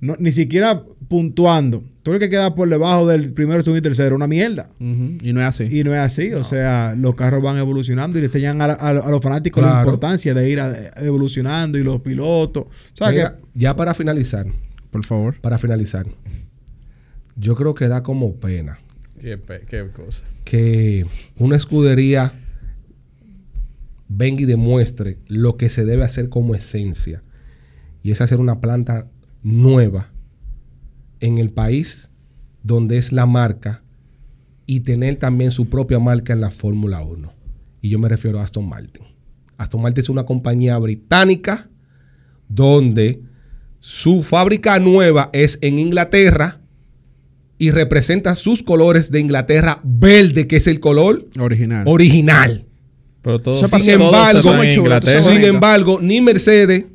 Speaker 3: no- ni siquiera puntuando. Todo el que queda por debajo del primero, segundo y tercero, una mierda.
Speaker 5: Ujú, Y no es así.
Speaker 3: Y no es así, o sea, los carros van evolucionando y le enseñan a, la- a- a los fanáticos la
Speaker 6: Claro.
Speaker 3: importancia de ir a- evolucionando y los pilotos. O sea,
Speaker 6: Mira, ya para finalizar,
Speaker 5: Por favor.
Speaker 6: para finalizar, yo creo que da como pena
Speaker 4: Qué, pe- qué cosa.
Speaker 6: que una escudería venga y demuestre lo que se debe hacer como esencia. Y es hacer una planta nueva en el país donde es la marca y tener también su propia marca en la Fórmula 1. Y yo me refiero a Aston Martin. Aston Martin es una compañía británica donde su fábrica nueva es en Inglaterra y representa sus colores de Inglaterra verde, que es el color
Speaker 5: Original.
Speaker 6: Oh, original.
Speaker 4: Pero todo
Speaker 6: Sin
Speaker 4: todo está
Speaker 6: embargo,
Speaker 4: en
Speaker 6: muy
Speaker 5: chulo,
Speaker 4: Inglaterra.
Speaker 5: todo
Speaker 6: Sin
Speaker 5: bonito.
Speaker 6: embargo, ni Mercedes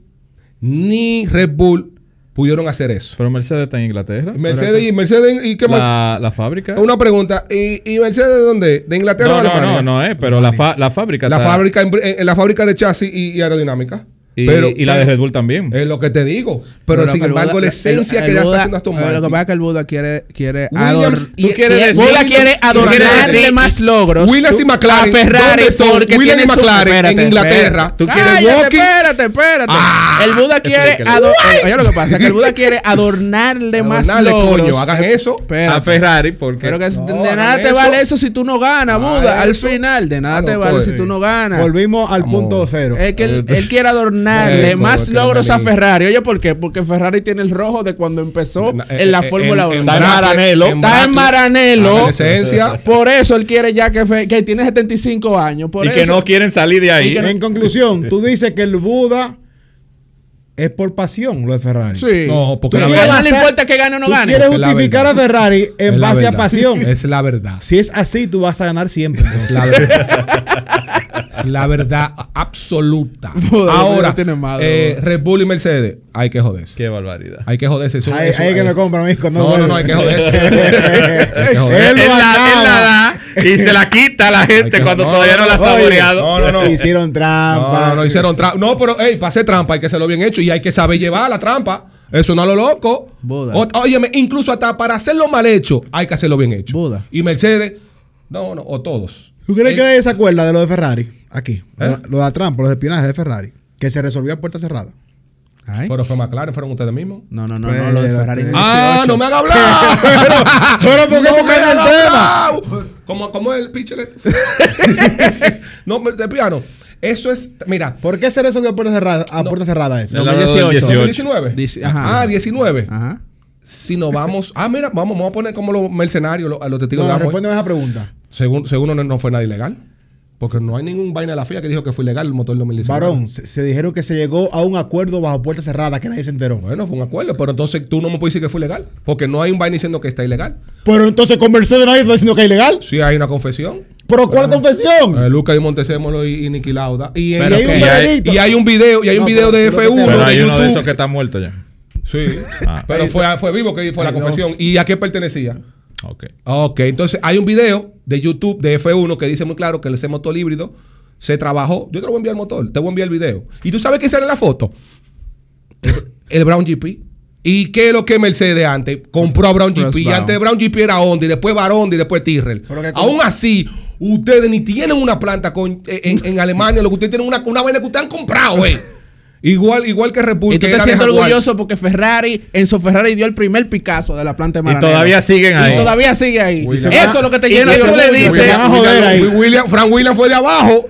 Speaker 6: ni Red Bull pudieron hacer eso.
Speaker 4: Pero Mercedes está en Inglaterra.
Speaker 6: Mercedes y Mercedes y qué más.
Speaker 4: La, la fábrica.
Speaker 6: Una pregunta, ¿y, y Mercedes de dónde? ¿De Inglaterra o
Speaker 4: no,
Speaker 6: de
Speaker 4: no,
Speaker 6: Alemania?
Speaker 4: no, no, eh, pero la, fa- la fábrica.
Speaker 6: La
Speaker 4: está-
Speaker 6: fábrica en, Br- en- en la fábrica de chasis y, y aerodinámica.
Speaker 4: Y, y la de Red Bull también.
Speaker 6: Es lo que te digo. Pero,
Speaker 5: lo
Speaker 6: sin
Speaker 5: que el
Speaker 6: embargo,
Speaker 5: Buda-
Speaker 6: la esencia
Speaker 5: el-
Speaker 6: que
Speaker 5: el
Speaker 6: ya está
Speaker 5: Buda- eh,
Speaker 6: haciendo Aston
Speaker 5: Lo que pasa es
Speaker 6: Martin.
Speaker 5: que el Buda quiere, quiere
Speaker 6: Williams
Speaker 5: ador-
Speaker 6: y-
Speaker 4: quieres
Speaker 6: y-
Speaker 4: decir-
Speaker 5: Buda quiere
Speaker 4: quieres
Speaker 5: adornarle
Speaker 4: decir-
Speaker 5: más logros
Speaker 6: Williams y McLaren.
Speaker 5: a Ferrari
Speaker 6: ¿dónde son?
Speaker 5: porque
Speaker 6: Williams y
Speaker 5: tiene su-
Speaker 6: McLaren en
Speaker 5: Espérate,
Speaker 6: Inglaterra. pues.
Speaker 5: espérate.
Speaker 4: Tú quieres
Speaker 5: Cállate,
Speaker 6: walking. Ah.
Speaker 5: Espérate, espérate. el Buda quiere
Speaker 4: Explícale.
Speaker 5: adornarle. Oye, lo que pasa es que el Buda quiere adornarle más
Speaker 6: Adornarle,
Speaker 5: logros.
Speaker 6: coño, hagan
Speaker 5: Eh,
Speaker 6: eso.
Speaker 4: a
Speaker 5: Espérate.
Speaker 4: Ferrari, porque.
Speaker 5: Pero que
Speaker 6: No,
Speaker 5: de
Speaker 6: hagan
Speaker 5: nada te
Speaker 6: eso.
Speaker 5: vale eso si tú no ganas,
Speaker 6: Hagan
Speaker 5: Buda. Al
Speaker 6: eso.
Speaker 5: final, de nada
Speaker 6: Ah,
Speaker 5: te
Speaker 6: no,
Speaker 5: vale
Speaker 6: pues,
Speaker 5: si tú no
Speaker 3: que
Speaker 5: ganas.
Speaker 3: volvimos al
Speaker 6: Vamos.
Speaker 3: punto cero.
Speaker 5: Es que él,
Speaker 4: Entonces-
Speaker 5: él quiere adornarle
Speaker 6: Eh,
Speaker 5: más
Speaker 6: que
Speaker 5: logros a
Speaker 6: Ferrari.
Speaker 5: Ferrari. Oye, ¿por qué? Porque Ferrari tiene el rojo de cuando empezó
Speaker 6: Na- eh,
Speaker 5: en la
Speaker 6: eh,
Speaker 5: Fórmula 1.
Speaker 6: en- en
Speaker 4: Está en
Speaker 6: Bratle-
Speaker 4: Maranello.
Speaker 5: Está en
Speaker 6: Bratle.
Speaker 5: Maranello.
Speaker 6: Ah, la esencia.
Speaker 5: Por eso él quiere ya que, fe- que tiene 75 años. Por
Speaker 4: y que
Speaker 5: eso.
Speaker 4: no quieren salir de ahí.
Speaker 3: en conclusión, tú dices que el Buda es por pasión lo de Ferrari.
Speaker 5: Sí.
Speaker 6: No, porque
Speaker 5: Tú
Speaker 6: la
Speaker 5: quieres-
Speaker 6: verdad-
Speaker 5: no le importa que gane o no
Speaker 3: Tú
Speaker 5: gane.
Speaker 3: quieres
Speaker 6: Es la
Speaker 3: justificar a
Speaker 6: verdad.
Speaker 3: Ferrari en
Speaker 6: Es la
Speaker 3: base a
Speaker 6: verdad.
Speaker 3: pasión.
Speaker 6: Es la verdad.
Speaker 3: Si es así, tú vas a ganar siempre.
Speaker 6: Es
Speaker 3: entonces.
Speaker 6: la verdad. Es la verdad absoluta.
Speaker 5: Joder,
Speaker 6: Ahora,
Speaker 5: no tiene madre,
Speaker 6: eh,
Speaker 5: bro.
Speaker 6: Red Bull y Mercedes, hay que joderse.
Speaker 4: Qué barbaridad.
Speaker 6: Hay que joderse. Eso-
Speaker 3: Ahí
Speaker 6: eso-
Speaker 3: ahí que
Speaker 6: eh,
Speaker 3: me compran, mijo.
Speaker 6: No, no, no, hay que joderse. Hay que joderse.
Speaker 3: Él lo
Speaker 4: Él la, él la
Speaker 3: acaba.
Speaker 4: da y se la quita a la gente
Speaker 6: que-
Speaker 4: cuando
Speaker 6: no,
Speaker 4: todavía no,
Speaker 6: no,
Speaker 4: la ha
Speaker 6: oye,
Speaker 4: saboreado.
Speaker 6: no, no, no.
Speaker 3: Hicieron trampa.
Speaker 6: No, no, no hicieron trampa. No, pero, ey, para hacer trampa hay que hacerlo bien hecho y hay que saber llevar la trampa. Eso no a lo loco.
Speaker 5: Buda.
Speaker 6: O- óyeme, incluso hasta para hacerlo mal hecho, hay que hacerlo bien hecho.
Speaker 5: Buda.
Speaker 6: Y Mercedes, no, no, o todos.
Speaker 3: ¿Tú crees
Speaker 6: Eh,
Speaker 3: que nadie se acuerda de lo de Ferrari? Aquí. Lo,
Speaker 6: ¿Eh?
Speaker 3: lo de la trampa, los espionajes de Ferrari. Que se resolvió a puerta cerrada.
Speaker 5: Ay.
Speaker 6: Pero fue McLaren, fueron ustedes mismos.
Speaker 5: ¿Eh? No, no, no, no, lo de Ferrari.
Speaker 3: Espérate.
Speaker 6: Ah, no me haga hablar. pero,
Speaker 3: pero ¿por qué
Speaker 6: no
Speaker 3: tocan
Speaker 6: me
Speaker 3: el
Speaker 6: haga
Speaker 3: tema?
Speaker 6: hablar. Como, como el pinche. no, me- de piano. Eso es, mira,
Speaker 3: ¿Por qué se resolvió a puerta cerrada, a puerta cerrada eso?
Speaker 4: No, la-
Speaker 5: 2018.
Speaker 6: 2019.
Speaker 5: Dice- ajá.
Speaker 6: Ah, 19.
Speaker 5: Ajá.
Speaker 6: Si nos vamos, ah, mira, vamos, vamos a poner como los mercenarios, los, a los testigos
Speaker 3: No,
Speaker 6: de la muerte.
Speaker 3: respóndeme esa pregunta.
Speaker 6: Según, según no, no fue nada ilegal. Porque no hay ningún vaina de la FIA que dijo que fue ilegal el motor 2019.
Speaker 3: Varón, se, se dijeron que se llegó a un acuerdo bajo puerta cerrada que nadie se enteró.
Speaker 6: Bueno, fue un acuerdo, pero entonces tú no me puedes decir que fue ilegal. Porque no hay un vaina diciendo que está ilegal.
Speaker 3: Pero entonces con Mercedes nadie está diciendo que es ilegal.
Speaker 6: Sí hay una confesión.
Speaker 3: ¿Pero cuál confesión?
Speaker 6: Eh, Lucas y Montecémolo y, y Niki Lauda. Y,
Speaker 4: Pero
Speaker 6: y hay
Speaker 4: que
Speaker 6: un
Speaker 4: ya hay-
Speaker 6: veredicto. y hay un video, y hay un
Speaker 3: No,
Speaker 6: video de
Speaker 3: pero- pero-
Speaker 6: F1
Speaker 4: Pero hay
Speaker 6: de
Speaker 4: uno de
Speaker 6: YouTube.
Speaker 4: esos que está muerto ya.
Speaker 6: Sí.
Speaker 4: Ah.
Speaker 6: Pero fue, fue vivo que fue la
Speaker 3: Ay, Dios.
Speaker 6: confesión. ¿Y a qué pertenecía?
Speaker 4: Ok.
Speaker 6: Ok, entonces hay un video de YouTube de F1 que dice muy claro que ese motor híbrido se trabajó. Yo te lo voy a enviar el motor, te voy a enviar el video. ¿Y tú sabes qué sale en la foto? El, el Brown GP. ¿Y qué es lo que Mercedes antes? Compró a Brown
Speaker 5: Pues
Speaker 6: GP. Y
Speaker 5: Brown.
Speaker 6: antes de Brown GP era Honda y después Barondi y después Tyrrell.
Speaker 3: Pero que-
Speaker 6: Aún así, ustedes ni tienen una planta con, en, en Alemania. Lo que ustedes tienen una, una vaina que ustedes han comprado, eh. Igual, igual que
Speaker 5: Y
Speaker 6: República.
Speaker 5: tú te sientes orgulloso porque Ferrari, Enzo Ferrari dio el primer Picasso de la planta
Speaker 4: Y
Speaker 5: de Maranello.
Speaker 4: todavía siguen ahí.
Speaker 5: Y todavía sigue ahí.
Speaker 3: William.
Speaker 5: Eso es lo que te llena
Speaker 3: y se-
Speaker 5: de orgullo.
Speaker 3: y se
Speaker 5: Dice,
Speaker 3: van a joder ahí.
Speaker 6: William, Frank William fue de abajo.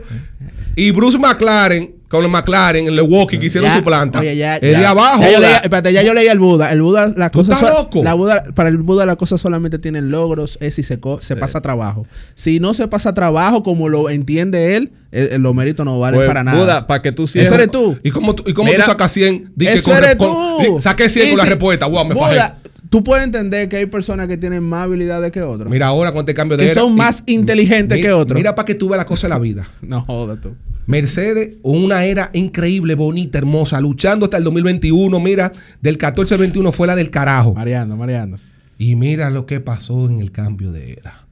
Speaker 6: Y Bruce McLaren, con los McLaren, el Milwaukee, que hicieron
Speaker 5: Ya,
Speaker 6: su planta.
Speaker 5: Oye, ya,
Speaker 6: el
Speaker 5: ya.
Speaker 6: de abajo.
Speaker 5: Ya yo,
Speaker 6: la-
Speaker 5: leía, espérate, ya yo leí el Buda. El Buda, las
Speaker 6: ¿Tú
Speaker 5: cosas.
Speaker 6: estás
Speaker 5: so-
Speaker 6: loco?
Speaker 5: La Buda, para el Buda, las cosas solamente tienen logros, es si se, co- se pasa trabajo. Si no se pasa trabajo, como lo entiende él, el- el- los méritos no valen
Speaker 4: Pues,
Speaker 5: para nada.
Speaker 4: Buda, para que tú
Speaker 5: Eso eres
Speaker 4: cierres.
Speaker 5: tú.
Speaker 6: ¿Y cómo, tú- y cómo
Speaker 4: Mira,
Speaker 6: tú sacas 100? Di que
Speaker 5: Eso
Speaker 6: con-
Speaker 5: eres
Speaker 6: con-
Speaker 5: tú.
Speaker 6: di- saqué 100 con
Speaker 5: Y
Speaker 6: la
Speaker 5: si-
Speaker 6: respuesta. Wow, me
Speaker 5: Buda,
Speaker 6: fajé.
Speaker 5: Tú puedes entender que hay personas que tienen más habilidades que otros.
Speaker 6: Mira ahora con este cambio de
Speaker 5: que
Speaker 6: era,
Speaker 5: son
Speaker 6: y-
Speaker 5: más inteligentes
Speaker 6: mi-
Speaker 5: que otros.
Speaker 6: Mira para que tú veas la cosa de la vida.
Speaker 5: No joda tú.
Speaker 6: Mercedes, una era increíble, bonita, hermosa, luchando hasta el 2021. Mira, del 14 al 21 fue la del carajo.
Speaker 5: Mariano, Mariano.
Speaker 6: Y mira lo que pasó en el cambio de era.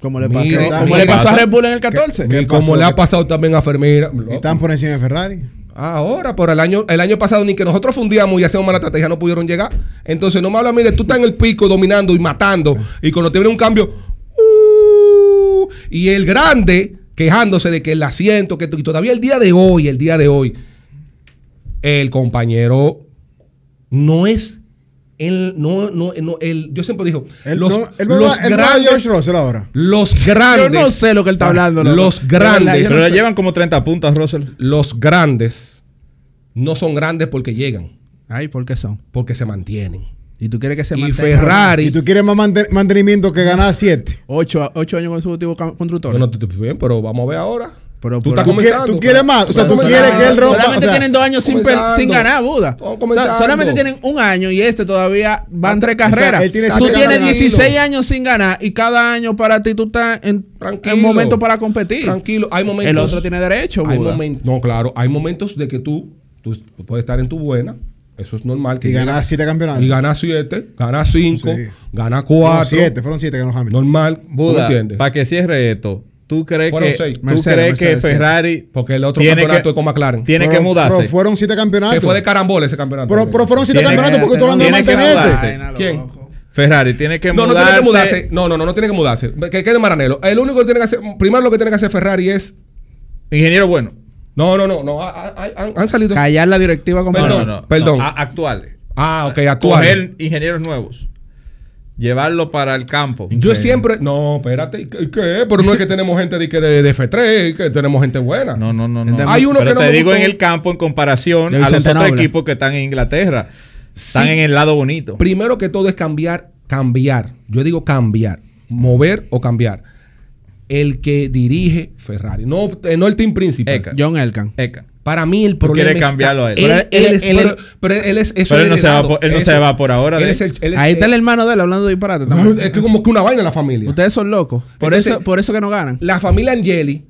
Speaker 5: Como le
Speaker 6: Mira,
Speaker 5: pasó,
Speaker 6: mira,
Speaker 5: como le
Speaker 6: mira.
Speaker 5: pasó a Red Bull en el 14.
Speaker 3: ¿Qué
Speaker 6: Y
Speaker 3: pasó?
Speaker 6: como le ha
Speaker 3: ¿Qué-
Speaker 6: pasado también a Fermira.
Speaker 3: Y están por encima de Ferrari.
Speaker 6: Ahora, pero el año, el año pasado ni que nosotros fundíamos y hacíamos mala estrategia no pudieron llegar. Entonces no me habla, mire, tú estás en el pico dominando y matando. Y cuando te viene un cambio, ¡uh! y el grande quejándose de que el asiento, que y todavía el día de hoy, el día de hoy, el compañero no es el, no, no, no, el, yo siempre digo,
Speaker 3: Él
Speaker 6: los,
Speaker 3: no- él va a-
Speaker 6: los
Speaker 3: él va a
Speaker 6: grandes,
Speaker 3: George Russell ahora.
Speaker 6: los
Speaker 5: Yo
Speaker 6: grandes, Ah,
Speaker 5: no sé lo que él está hablando. loco.
Speaker 6: los
Speaker 5: De verdad, yo
Speaker 6: grandes,
Speaker 5: no
Speaker 4: Pero le
Speaker 5: sé.
Speaker 4: llevan como 30 puntas, Russell.
Speaker 6: los grandes no son grandes porque llegan,
Speaker 5: Ay, ¿por qué son?
Speaker 6: porque se mantienen.
Speaker 5: Y tú quieres que se
Speaker 6: y
Speaker 5: mantenga
Speaker 3: Y
Speaker 6: Ferrari.
Speaker 3: tú quieres más manten- mantenimiento que ganar 7.
Speaker 5: ocho, ocho años consecutivos ca- constructores.
Speaker 6: Bueno, tú- tú- bien, pero vamos a ver ahora.
Speaker 5: Pero
Speaker 6: tú
Speaker 5: por
Speaker 6: estás
Speaker 5: ahora-
Speaker 3: ¿Tú quieres-
Speaker 6: comenzando.
Speaker 3: tú quieres más? O sea,
Speaker 6: Pero
Speaker 3: tú
Speaker 6: tú
Speaker 3: quieres
Speaker 6: sabes,
Speaker 3: que él rompa.
Speaker 5: solamente
Speaker 3: o sea,
Speaker 5: tienen dos años sin, per-
Speaker 6: comenzando.
Speaker 5: sin ganar, Buda.
Speaker 6: Estamos
Speaker 5: O sea,
Speaker 6: comenzando.
Speaker 5: solamente tienen un año y este todavía van tres
Speaker 3: sea,
Speaker 5: carreras.
Speaker 3: él tiene
Speaker 5: tú
Speaker 3: siete
Speaker 5: tienes
Speaker 3: carreras.
Speaker 5: 16 años sin ganar y cada año para ti tú estás en,
Speaker 6: Tranquilo.
Speaker 5: en momento para competir.
Speaker 6: Tranquilo, hay momentos.
Speaker 5: El otro tiene derecho,
Speaker 6: hay
Speaker 5: Buda.
Speaker 6: momen- No, claro, hay momentos de que tú, tú puedes estar en tu buena. Eso es normal. que
Speaker 3: Y ganar
Speaker 6: llegas-
Speaker 3: 7 campeonatos.
Speaker 6: Y ganas 7, ganas 5,
Speaker 3: Sí.
Speaker 6: ganas
Speaker 3: No,
Speaker 6: 4.
Speaker 3: siete, fueron 7 que ganó Hamilton.
Speaker 6: Normal. ¿tú me
Speaker 4: Buda,
Speaker 6: entiendes?
Speaker 4: para que cierre esto, ¿tú crees
Speaker 6: Fueron
Speaker 4: que,
Speaker 6: seis.
Speaker 4: ¿tú
Speaker 5: Mercedes,
Speaker 4: crees
Speaker 5: Mercedes,
Speaker 4: que
Speaker 5: sí.
Speaker 4: Ferrari.
Speaker 6: Porque el otro
Speaker 4: tiene
Speaker 6: campeonato
Speaker 4: que-
Speaker 6: es con McLaren.
Speaker 4: Tiene
Speaker 3: Pero-
Speaker 4: que mudarse.
Speaker 3: Pero fueron 7 campeonatos.
Speaker 6: que fue de carambola ese campeonato.
Speaker 3: Pero, pero fueron 7
Speaker 5: Eh,
Speaker 4: Tiene que-
Speaker 3: campeonatos porque tú hablando de
Speaker 4: tiene que
Speaker 3: mantenerte.
Speaker 4: mudarse. Ferrari tiene que
Speaker 6: no, no
Speaker 4: mudarse.
Speaker 6: tiene que mudarse. No, no, no, no tiene que mudarse. Que quede Maranelo. El único que tiene que hacer, primero lo que tiene que hacer Ferrari es.
Speaker 4: Ingeniero bueno.
Speaker 6: No, no, no, no. ah, ah, ah, Han, han salido.
Speaker 5: Callar la directiva con
Speaker 6: Perdón,
Speaker 4: No, no,
Speaker 5: Maradona.
Speaker 4: no, no.
Speaker 6: perdón.
Speaker 4: A- actuales.
Speaker 6: Ah, ok, actual.
Speaker 4: Coger ingenieros nuevos. Llevarlo para el campo.
Speaker 6: Yo siempre. No, espérate. ¿y ¿Qué? y qué? Pero no es que tenemos gente de, que de, de F3, que tenemos gente buena.
Speaker 4: No, no, no, no.
Speaker 6: Hay uno
Speaker 4: Pero
Speaker 6: que no
Speaker 4: te
Speaker 6: me
Speaker 4: digo
Speaker 6: gustó.
Speaker 4: en el campo en comparación
Speaker 5: De
Speaker 4: a los
Speaker 5: Vicente
Speaker 4: otros
Speaker 5: Noble.
Speaker 4: equipos que están en Inglaterra. Están en el lado bonito.
Speaker 6: Primero que todo es cambiar, cambiar. Yo digo cambiar. Mover o cambiar. El que dirige Ferrari. No, eh, no el team principal.
Speaker 4: Eca.
Speaker 5: John Elkan.
Speaker 4: Eca.
Speaker 6: Para mí el problema
Speaker 4: quieres cambiarlo a él.
Speaker 6: Él,
Speaker 5: Pero él-
Speaker 6: él es,
Speaker 5: él-
Speaker 6: pero, pero él es eso
Speaker 4: Pero él
Speaker 6: es
Speaker 4: no se va
Speaker 6: heredado.
Speaker 4: por- él no
Speaker 6: Eso-
Speaker 4: se va por ahora de
Speaker 6: Él es
Speaker 4: él.
Speaker 6: el, él es
Speaker 5: Ahí está
Speaker 6: el-
Speaker 5: el hermano de él hablando de disparate también.
Speaker 6: Es que como que una vaina en la familia.
Speaker 5: Ustedes son locos. Por,
Speaker 6: Entonces-
Speaker 5: eso, por eso que no ganan.
Speaker 6: La familia Angeli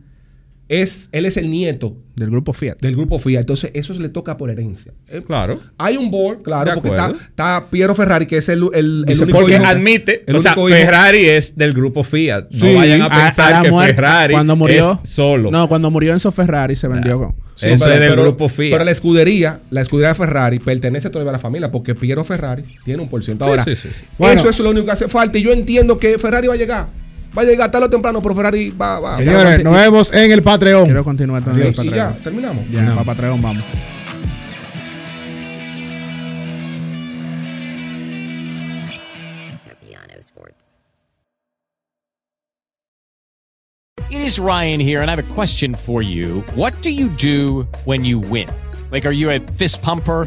Speaker 6: es, él es el nieto
Speaker 5: Del grupo Fiat.
Speaker 6: del grupo FIA. Entonces, eso se le toca por herencia. Eh,
Speaker 4: Claro.
Speaker 6: Hay un board,
Speaker 4: De
Speaker 6: claro, porque está,
Speaker 4: acuerdo.
Speaker 6: está Piero Ferrari, que es el, el, el único
Speaker 4: Porque
Speaker 6: hijo-
Speaker 4: admite,
Speaker 6: el
Speaker 4: o sea,
Speaker 6: único hijo.
Speaker 4: Ferrari es del grupo Fiat. No
Speaker 6: Sí.
Speaker 4: vayan a
Speaker 5: A-
Speaker 4: pensar
Speaker 5: a la
Speaker 4: que
Speaker 5: muerte,
Speaker 4: Ferrari
Speaker 5: cuando murió,
Speaker 4: es solo.
Speaker 5: No, cuando murió Enzo Ferrari se vendió con.
Speaker 6: Sí,
Speaker 4: Eso
Speaker 6: pero-
Speaker 4: es del
Speaker 6: pero-
Speaker 4: grupo Fiat.
Speaker 6: Pero la escudería, la escudería de Ferrari pertenece todavía a la familia, porque Piero Ferrari tiene un por ciento.
Speaker 4: Sí,
Speaker 6: Ahora,
Speaker 4: sí, sí, sí.
Speaker 3: Bueno.
Speaker 6: eso es lo único que hace falta. Y yo entiendo que Ferrari va a llegar. Va a llegar tarde o temprano, pero Ferrari va, va. va.
Speaker 3: Señores, nos vemos en el
Speaker 5: Quiero
Speaker 3: Patreon.
Speaker 5: continuar
Speaker 6: Y-
Speaker 5: también el
Speaker 6: y ya,
Speaker 5: Patreon.
Speaker 6: terminamos.
Speaker 5: Ya, para Patreon vamos.
Speaker 2: Capiano Sports.
Speaker 8: It is Ryan here, and I have a question for you. What do you do when you win? Like, are you a fist pumper?